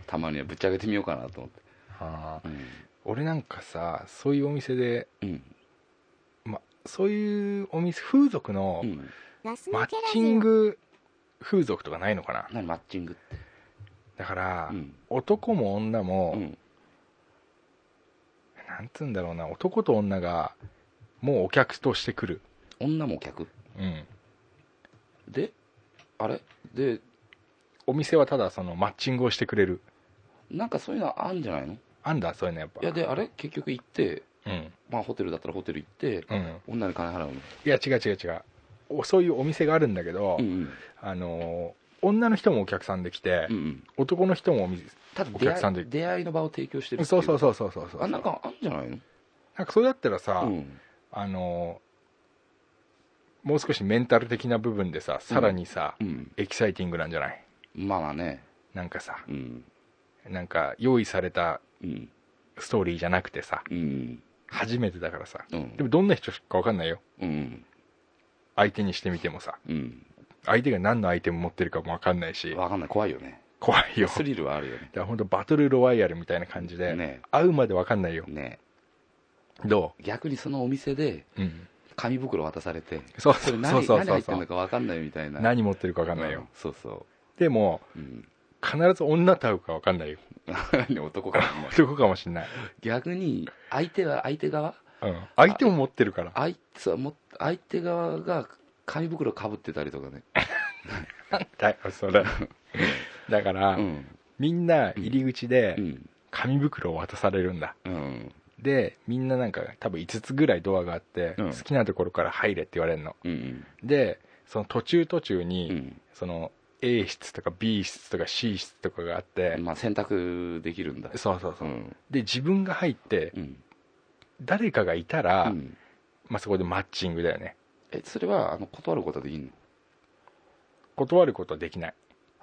[SPEAKER 3] たまにはぶっちゃけてみようかなと思って
[SPEAKER 4] あー
[SPEAKER 3] うん
[SPEAKER 4] 俺なんかさそういうお店で、
[SPEAKER 3] うん
[SPEAKER 4] ま、そういうお店風俗の
[SPEAKER 3] うん
[SPEAKER 4] マッチング風俗とかないのかな
[SPEAKER 3] 何マッチングって
[SPEAKER 4] だから、
[SPEAKER 3] うん
[SPEAKER 4] 男も女も、
[SPEAKER 3] うん
[SPEAKER 4] なんつうんだろうな男と女がもうお客として来る
[SPEAKER 3] 女も客
[SPEAKER 4] うん
[SPEAKER 3] であれで
[SPEAKER 4] お店はただそのマッチングをしてくれる
[SPEAKER 3] なんかそういうのあんじゃないのい
[SPEAKER 4] あんだそういうのやっぱ
[SPEAKER 3] やであれ結局行って
[SPEAKER 4] うん
[SPEAKER 3] まあホテルだったらホテル行って
[SPEAKER 4] うん
[SPEAKER 3] 女に金払うの
[SPEAKER 4] いや違う違う違うおそういうお店があるんだけど、
[SPEAKER 3] うんうん
[SPEAKER 4] あのー女の人もお客さんで来て、
[SPEAKER 3] うんうん
[SPEAKER 4] 男の人もお店
[SPEAKER 3] ただ
[SPEAKER 4] お
[SPEAKER 3] 出
[SPEAKER 4] 客さん
[SPEAKER 3] 会
[SPEAKER 4] で
[SPEAKER 3] い出会いの場を提供してるってい
[SPEAKER 4] そうそうそうそうそうそう
[SPEAKER 3] あなんかあんじゃないの
[SPEAKER 4] なんかそれだったらさ、
[SPEAKER 3] うん
[SPEAKER 4] あのーもう少しメンタル的な部分でささらにさ、
[SPEAKER 3] うん
[SPEAKER 4] エキサイティングなんじゃない
[SPEAKER 3] まあまあね
[SPEAKER 4] なんかさ
[SPEAKER 3] うん
[SPEAKER 4] なんか用意された
[SPEAKER 3] うん
[SPEAKER 4] ストーリーじゃなくてさ
[SPEAKER 3] うん
[SPEAKER 4] 初めてだからさ
[SPEAKER 3] うん
[SPEAKER 4] でもどんな人か分かんないよ
[SPEAKER 3] うん
[SPEAKER 4] 相手にしてみてもさ
[SPEAKER 3] うん
[SPEAKER 4] 相手が何のアイテム持ってるかも分かんないし
[SPEAKER 3] わかんない怖いよね
[SPEAKER 4] 怖いよ
[SPEAKER 3] スリルはあるよね
[SPEAKER 4] だから本当バトルロワイヤルみたいな感じで、
[SPEAKER 3] ね
[SPEAKER 4] 会うまで分かんないよ
[SPEAKER 3] ね
[SPEAKER 4] ど
[SPEAKER 3] 逆にそのお店で
[SPEAKER 4] う、うん、
[SPEAKER 3] 紙袋渡されて
[SPEAKER 4] そう
[SPEAKER 3] そ
[SPEAKER 4] そ
[SPEAKER 3] れ
[SPEAKER 4] う
[SPEAKER 3] 何
[SPEAKER 4] そうそう
[SPEAKER 3] 何
[SPEAKER 4] そ
[SPEAKER 3] 入
[SPEAKER 4] う
[SPEAKER 3] って
[SPEAKER 4] そ
[SPEAKER 3] んの
[SPEAKER 4] う
[SPEAKER 3] かわかんないみたいな
[SPEAKER 4] 何持ってるか分かんないよ、
[SPEAKER 3] うんそうそ
[SPEAKER 4] でも
[SPEAKER 3] ううん
[SPEAKER 4] 必ず女と会うか分かんないよ <laughs>
[SPEAKER 3] <laughs> 何男からも
[SPEAKER 4] 男かもしんない、
[SPEAKER 3] 逆に相手は相手側
[SPEAKER 4] うん、相手も持ってるから
[SPEAKER 3] 相そうも相手側が紙袋かぶってたりとかね
[SPEAKER 4] だよそれ <laughs> だから、
[SPEAKER 3] うん
[SPEAKER 4] みんな入り口で
[SPEAKER 3] うん
[SPEAKER 4] 紙袋を渡されるんだ
[SPEAKER 3] うん
[SPEAKER 4] でみんななんか多分5つぐらいドアがあって、
[SPEAKER 3] うん
[SPEAKER 4] 好きなところから入れって言われるの
[SPEAKER 3] うん
[SPEAKER 4] でその途中途中
[SPEAKER 3] う
[SPEAKER 4] に、
[SPEAKER 3] ん
[SPEAKER 4] その A 室とか B 室とか C 室とかがあって、
[SPEAKER 3] まあ選択できるんだ
[SPEAKER 4] そうそうそう、
[SPEAKER 3] ん
[SPEAKER 4] で自分が入って
[SPEAKER 3] うん
[SPEAKER 4] 誰かがいた
[SPEAKER 3] う
[SPEAKER 4] ら、
[SPEAKER 3] ん
[SPEAKER 4] まあ、そこでマッチングだよね
[SPEAKER 3] えそれはあの断ることはできんの
[SPEAKER 4] 断ることはできない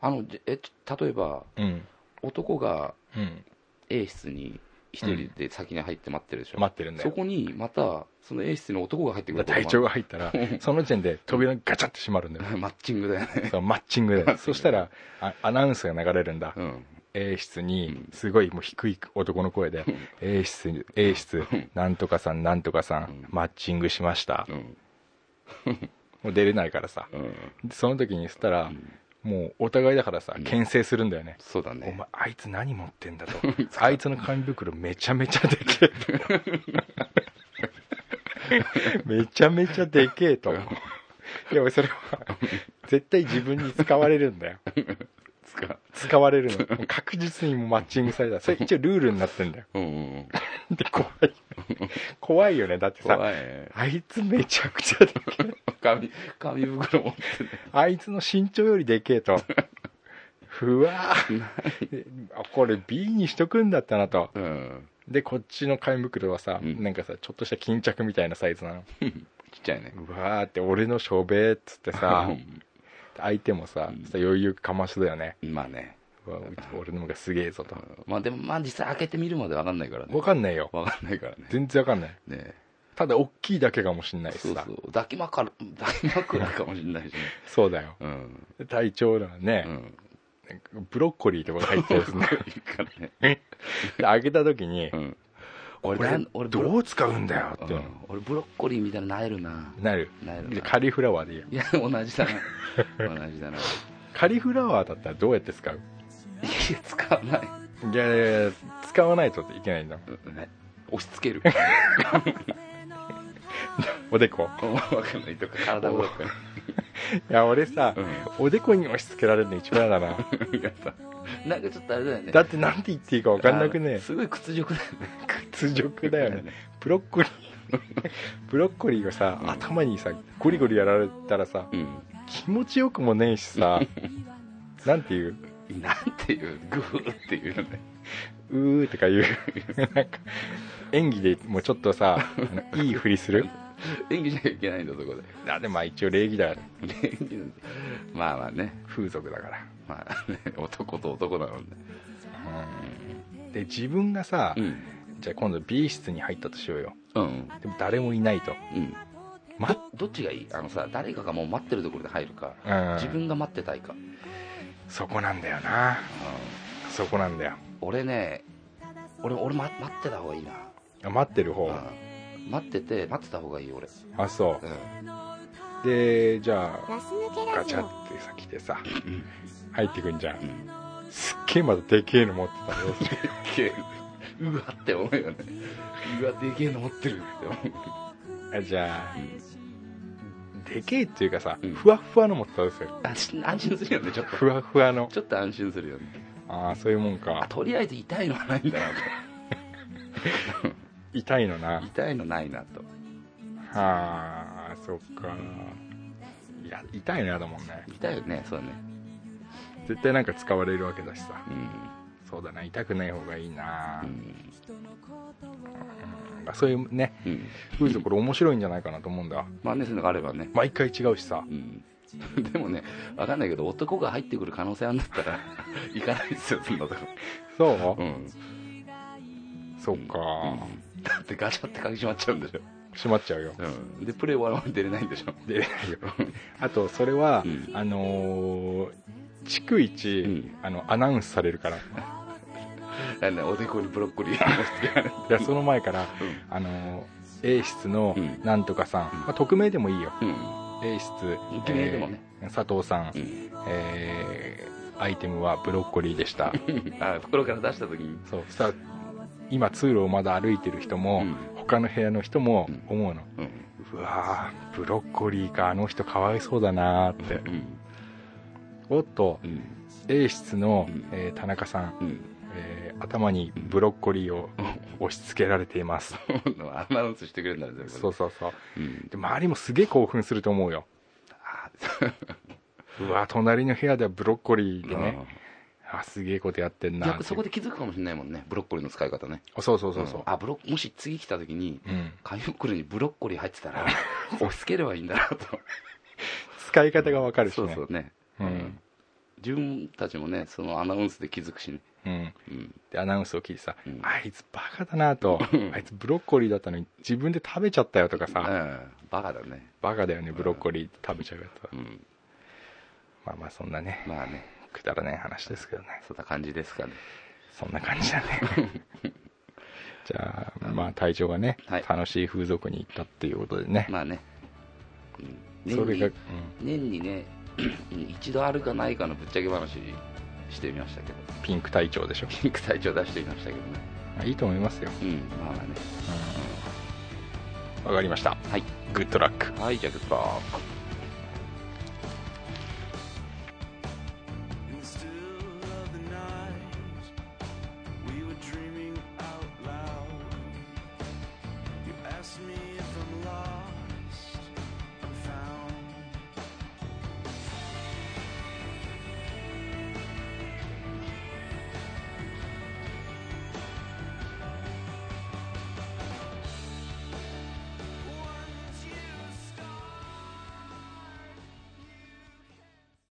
[SPEAKER 3] あのじえちょ例えば
[SPEAKER 4] うん
[SPEAKER 3] 男が
[SPEAKER 4] うん
[SPEAKER 3] A 室に一人で先に入って待ってるでしょ、
[SPEAKER 4] 待ってるんだ
[SPEAKER 3] そ
[SPEAKER 4] よ
[SPEAKER 3] こにまたその A 室の男が入ってくる
[SPEAKER 4] だから隊長
[SPEAKER 3] が
[SPEAKER 4] が入ったらその時点で扉がガチャって閉まるんだよ
[SPEAKER 3] <laughs> マッチングだよね
[SPEAKER 4] そのマッチング
[SPEAKER 3] マッチ
[SPEAKER 4] で
[SPEAKER 3] ング
[SPEAKER 4] そしたらあアナウンスが流れるんだ、
[SPEAKER 3] <laughs> うん
[SPEAKER 4] A 室
[SPEAKER 3] う
[SPEAKER 4] に
[SPEAKER 3] ん
[SPEAKER 4] すごいもう低い男の声で
[SPEAKER 3] うん
[SPEAKER 4] 「A 室に A 室
[SPEAKER 3] うん
[SPEAKER 4] なんとかさんなんとかさ
[SPEAKER 3] うん
[SPEAKER 4] んマッチングしました
[SPEAKER 3] うん」
[SPEAKER 4] もう出れないからさ
[SPEAKER 3] うん
[SPEAKER 4] でその時にしたら
[SPEAKER 3] うん
[SPEAKER 4] もうお互いだからさ
[SPEAKER 3] うん
[SPEAKER 4] 牽制するんだよね
[SPEAKER 3] そうだ
[SPEAKER 4] お
[SPEAKER 3] ね
[SPEAKER 4] 前あいつ何持ってん
[SPEAKER 3] <laughs>
[SPEAKER 4] だとあいつの紙袋めちゃめちゃでけ
[SPEAKER 3] <laughs>
[SPEAKER 4] えとめちゃめちゃでけえといや俺それは絶対自分に使われるんだよ
[SPEAKER 3] つか
[SPEAKER 4] 使われるのもう確実にもうマッチングされたそれ一応ルールになってんだよ
[SPEAKER 3] うんうんうん
[SPEAKER 4] で怖い怖いよねだってさ
[SPEAKER 3] 怖いね
[SPEAKER 4] あいつめちゃくちゃでけえ
[SPEAKER 3] 紙紙袋持って
[SPEAKER 4] あいつの身長よりでけえ
[SPEAKER 3] <laughs>
[SPEAKER 4] とふわーあこれ B にしとくんだったなと
[SPEAKER 3] うん
[SPEAKER 4] でこっちの紙袋はさ、
[SPEAKER 3] うん
[SPEAKER 4] なんかさちょっとした巾着みたいなサイズなの
[SPEAKER 3] ちっちゃいね
[SPEAKER 4] うわーって俺のしょべーっつってさ
[SPEAKER 3] う
[SPEAKER 4] 相手もさ
[SPEAKER 3] うん
[SPEAKER 4] さ余裕かましだよね
[SPEAKER 3] んまあね
[SPEAKER 4] うわうち俺の方がすげえぞと
[SPEAKER 3] まあでもまあ実際開けてみるまでわかんないからね
[SPEAKER 4] 分かんないよ
[SPEAKER 3] わかんないからね
[SPEAKER 4] 全然分かんない
[SPEAKER 3] ね
[SPEAKER 4] ただ大きいだけかもしんないしさ
[SPEAKER 3] そうそう抱き枕 <laughs> 抱き枕かもしれないしね
[SPEAKER 4] そうだよ
[SPEAKER 3] うん
[SPEAKER 4] 体調だ
[SPEAKER 3] う
[SPEAKER 4] ね、
[SPEAKER 3] ん
[SPEAKER 4] ブロッコリーとかが入ってるやつ
[SPEAKER 3] <laughs>
[SPEAKER 4] ね
[SPEAKER 3] いいからね
[SPEAKER 4] で開けた時に
[SPEAKER 3] うん
[SPEAKER 4] これ
[SPEAKER 3] なんブロ
[SPEAKER 4] どう使うんだよって
[SPEAKER 3] うん俺ブロッコリーみたいなのなえるな
[SPEAKER 4] なる
[SPEAKER 3] なえる
[SPEAKER 4] で
[SPEAKER 3] な
[SPEAKER 4] カリフラワーでいいよ
[SPEAKER 3] いや同じだな同じ
[SPEAKER 4] <laughs>
[SPEAKER 3] だない
[SPEAKER 4] カリフラワーだったらどうやって使う
[SPEAKER 3] や使わない
[SPEAKER 4] いやいやいや使わないといけないんだもん
[SPEAKER 3] うんね押し付ける <laughs>
[SPEAKER 4] おでこ
[SPEAKER 3] わかんないとか体をどっか
[SPEAKER 4] いや俺さ、おでこに押し付けられるの一番嫌だ
[SPEAKER 3] <laughs>
[SPEAKER 4] な
[SPEAKER 3] にいやさなんかちょっとあれだよね
[SPEAKER 4] だってなんて言っていいか分かんなく
[SPEAKER 3] あ
[SPEAKER 4] ね
[SPEAKER 3] のすごい屈辱だよね
[SPEAKER 4] 屈辱だよねブロッコリー <laughs> ブロッコリーがさ、
[SPEAKER 3] うん
[SPEAKER 4] 頭にさゴリゴリやられたらさ
[SPEAKER 3] うん
[SPEAKER 4] 気持ちよくもねえし
[SPEAKER 3] <laughs>
[SPEAKER 4] さなんていう
[SPEAKER 3] なんていうグーっていうよね
[SPEAKER 4] うーとかいう <laughs> なんか演技でもうちょっと
[SPEAKER 3] <laughs>
[SPEAKER 4] さあのいいふりする
[SPEAKER 3] 演技しなきゃいけないんだそこで
[SPEAKER 4] あでもまあ一応礼儀だ
[SPEAKER 3] 演技なんてまあまあね
[SPEAKER 4] 風俗だから
[SPEAKER 3] まあね男と男なので
[SPEAKER 4] うんで自分がさ、
[SPEAKER 3] うん
[SPEAKER 4] じゃあ今度美室に入ったとしようよ
[SPEAKER 3] うん
[SPEAKER 4] でも誰もいないと
[SPEAKER 3] うん
[SPEAKER 4] ま
[SPEAKER 3] どっちがいいあのさ誰かがもう待ってるところで入るか
[SPEAKER 4] うん
[SPEAKER 3] 自分が待ってたいか、
[SPEAKER 4] そこなんだよなそこなんだよ
[SPEAKER 3] 俺ね俺俺、ま、待ってた方がいいな、
[SPEAKER 4] あ待ってる方
[SPEAKER 3] うん待ってて待ってた方がいいよ俺、
[SPEAKER 4] あそう
[SPEAKER 3] うん
[SPEAKER 4] でじゃあ
[SPEAKER 5] ガス抜けラ
[SPEAKER 4] ガ
[SPEAKER 5] ジ
[SPEAKER 4] チ
[SPEAKER 5] オ
[SPEAKER 4] ャってさ来てさ
[SPEAKER 3] ん
[SPEAKER 4] 入ってくんじゃん
[SPEAKER 3] うん
[SPEAKER 4] すっげえまだでけえの持ってたよ
[SPEAKER 3] うわって思うよねうわでけえの持ってるって思う <laughs>
[SPEAKER 4] あじゃあでけえっていうかさ
[SPEAKER 3] うん
[SPEAKER 4] ふわっふわの持ってたんですよ
[SPEAKER 3] 安心安心するよねちょっ
[SPEAKER 4] ふわふわの
[SPEAKER 3] とちょっと安心するよね
[SPEAKER 4] ああそういうもん
[SPEAKER 3] あ
[SPEAKER 4] か
[SPEAKER 3] とりあえず痛いのはないんだな
[SPEAKER 4] 痛いの
[SPEAKER 3] と
[SPEAKER 4] な
[SPEAKER 3] <laughs> 痛いのないなと
[SPEAKER 4] ああそっかいや痛いのやだもんね
[SPEAKER 3] 痛いよねそうだね
[SPEAKER 4] 絶対なんか使われるわけだしさ
[SPEAKER 3] うん
[SPEAKER 4] そうだな痛くない方がいいな
[SPEAKER 3] う、ん
[SPEAKER 4] うんまあそういうね
[SPEAKER 3] うん
[SPEAKER 4] そういうところ面白いんじゃないかなと思うんだ
[SPEAKER 3] まあねそういうのがあればね
[SPEAKER 4] 毎回違うしさ
[SPEAKER 3] うん <laughs> でもねわかんないけど男が入ってくる可能性あんだったら <laughs> 行かないですよそんなとこ
[SPEAKER 4] そう、
[SPEAKER 3] うん
[SPEAKER 4] そっか、
[SPEAKER 3] だってガチャって鍵閉まっちゃうんでしょ、
[SPEAKER 4] 閉まっちゃうよ
[SPEAKER 3] うん、でプレイ終わるまで出れないんでしょ
[SPEAKER 4] 出れないよ <laughs> あとそれは、
[SPEAKER 3] うん
[SPEAKER 4] あのー逐一、
[SPEAKER 3] うん
[SPEAKER 4] あのアナウンスされるからい
[SPEAKER 3] あのねおでこにブロッコリー
[SPEAKER 4] やその前から、
[SPEAKER 3] う
[SPEAKER 4] あのー A 室の
[SPEAKER 3] うん
[SPEAKER 4] なんとかさん、
[SPEAKER 3] うん
[SPEAKER 4] まあ、匿名でもいいよ
[SPEAKER 3] うん
[SPEAKER 4] A 室、
[SPEAKER 3] 匿名でもね
[SPEAKER 4] えー佐藤さん、
[SPEAKER 3] うん
[SPEAKER 4] えーアイテムはブロッコリーでした
[SPEAKER 3] <laughs> あ袋から出した時に
[SPEAKER 4] そうさ今通路をまだ歩いてる人も、
[SPEAKER 3] うん
[SPEAKER 4] 他の部屋の人も
[SPEAKER 3] うん
[SPEAKER 4] 思うの、
[SPEAKER 3] うん
[SPEAKER 4] うわーブロッコリーかあの人かわいそうだなーって
[SPEAKER 3] うん
[SPEAKER 4] おっと
[SPEAKER 3] うん
[SPEAKER 4] A 室の
[SPEAKER 3] うん、
[SPEAKER 4] えー田中さん、
[SPEAKER 3] うん
[SPEAKER 4] えー頭にブロッコリーを押し付けられています
[SPEAKER 3] アナウンスしてくれるんだね
[SPEAKER 4] そううそうそう
[SPEAKER 3] う、うん、
[SPEAKER 4] で周りもすげえ興奮すると思うよ
[SPEAKER 3] あー
[SPEAKER 4] うわー隣の部屋ではブロッコリーでね、あーすげえことやってんなーっ
[SPEAKER 3] 逆
[SPEAKER 4] て
[SPEAKER 3] そこで気づくかもしれないもんねブロッコリーの使い方ね
[SPEAKER 4] あそうそうそうそう、
[SPEAKER 3] んあブロッもし次来た時に
[SPEAKER 4] うん、
[SPEAKER 3] 紙袋にブロッコリー入ってたら押し付ければいいんだなと
[SPEAKER 4] 使い方がわかるし
[SPEAKER 3] そう
[SPEAKER 4] ね
[SPEAKER 3] そうね、
[SPEAKER 4] うん
[SPEAKER 3] 自分たちもねそのアナウンスで気づくしね、
[SPEAKER 4] うん
[SPEAKER 3] うん、
[SPEAKER 4] でアナウンスを聞いてさ、
[SPEAKER 3] うん
[SPEAKER 4] あいつバカだなとあいつブロッコリーだったのに自分で食べちゃったよとかさ、
[SPEAKER 3] うんバカだね
[SPEAKER 4] バカだよねブロッコリー食べちゃうやつは、
[SPEAKER 3] うん
[SPEAKER 4] まあまあそんなね
[SPEAKER 3] まあね
[SPEAKER 4] くだらない話ですけどね
[SPEAKER 3] そんな感じですかね
[SPEAKER 4] そんな感
[SPEAKER 3] <laughs>
[SPEAKER 4] じだねじゃあまあ隊長がね、
[SPEAKER 3] はい
[SPEAKER 4] 楽しい風俗に行ったっていうことでね、
[SPEAKER 3] まあね、うん年
[SPEAKER 4] それ
[SPEAKER 3] に
[SPEAKER 4] が、うん、
[SPEAKER 3] 年にね一度あるかないかのぶっちゃけ話してみましたけど
[SPEAKER 4] ピンク隊長でしょ
[SPEAKER 3] ピンク隊長出してみましたけどね
[SPEAKER 4] まあいいと思いますよ
[SPEAKER 3] うんまあまあね
[SPEAKER 4] わかりました
[SPEAKER 3] はい
[SPEAKER 4] グッドラック
[SPEAKER 3] はいじゃあグッドラック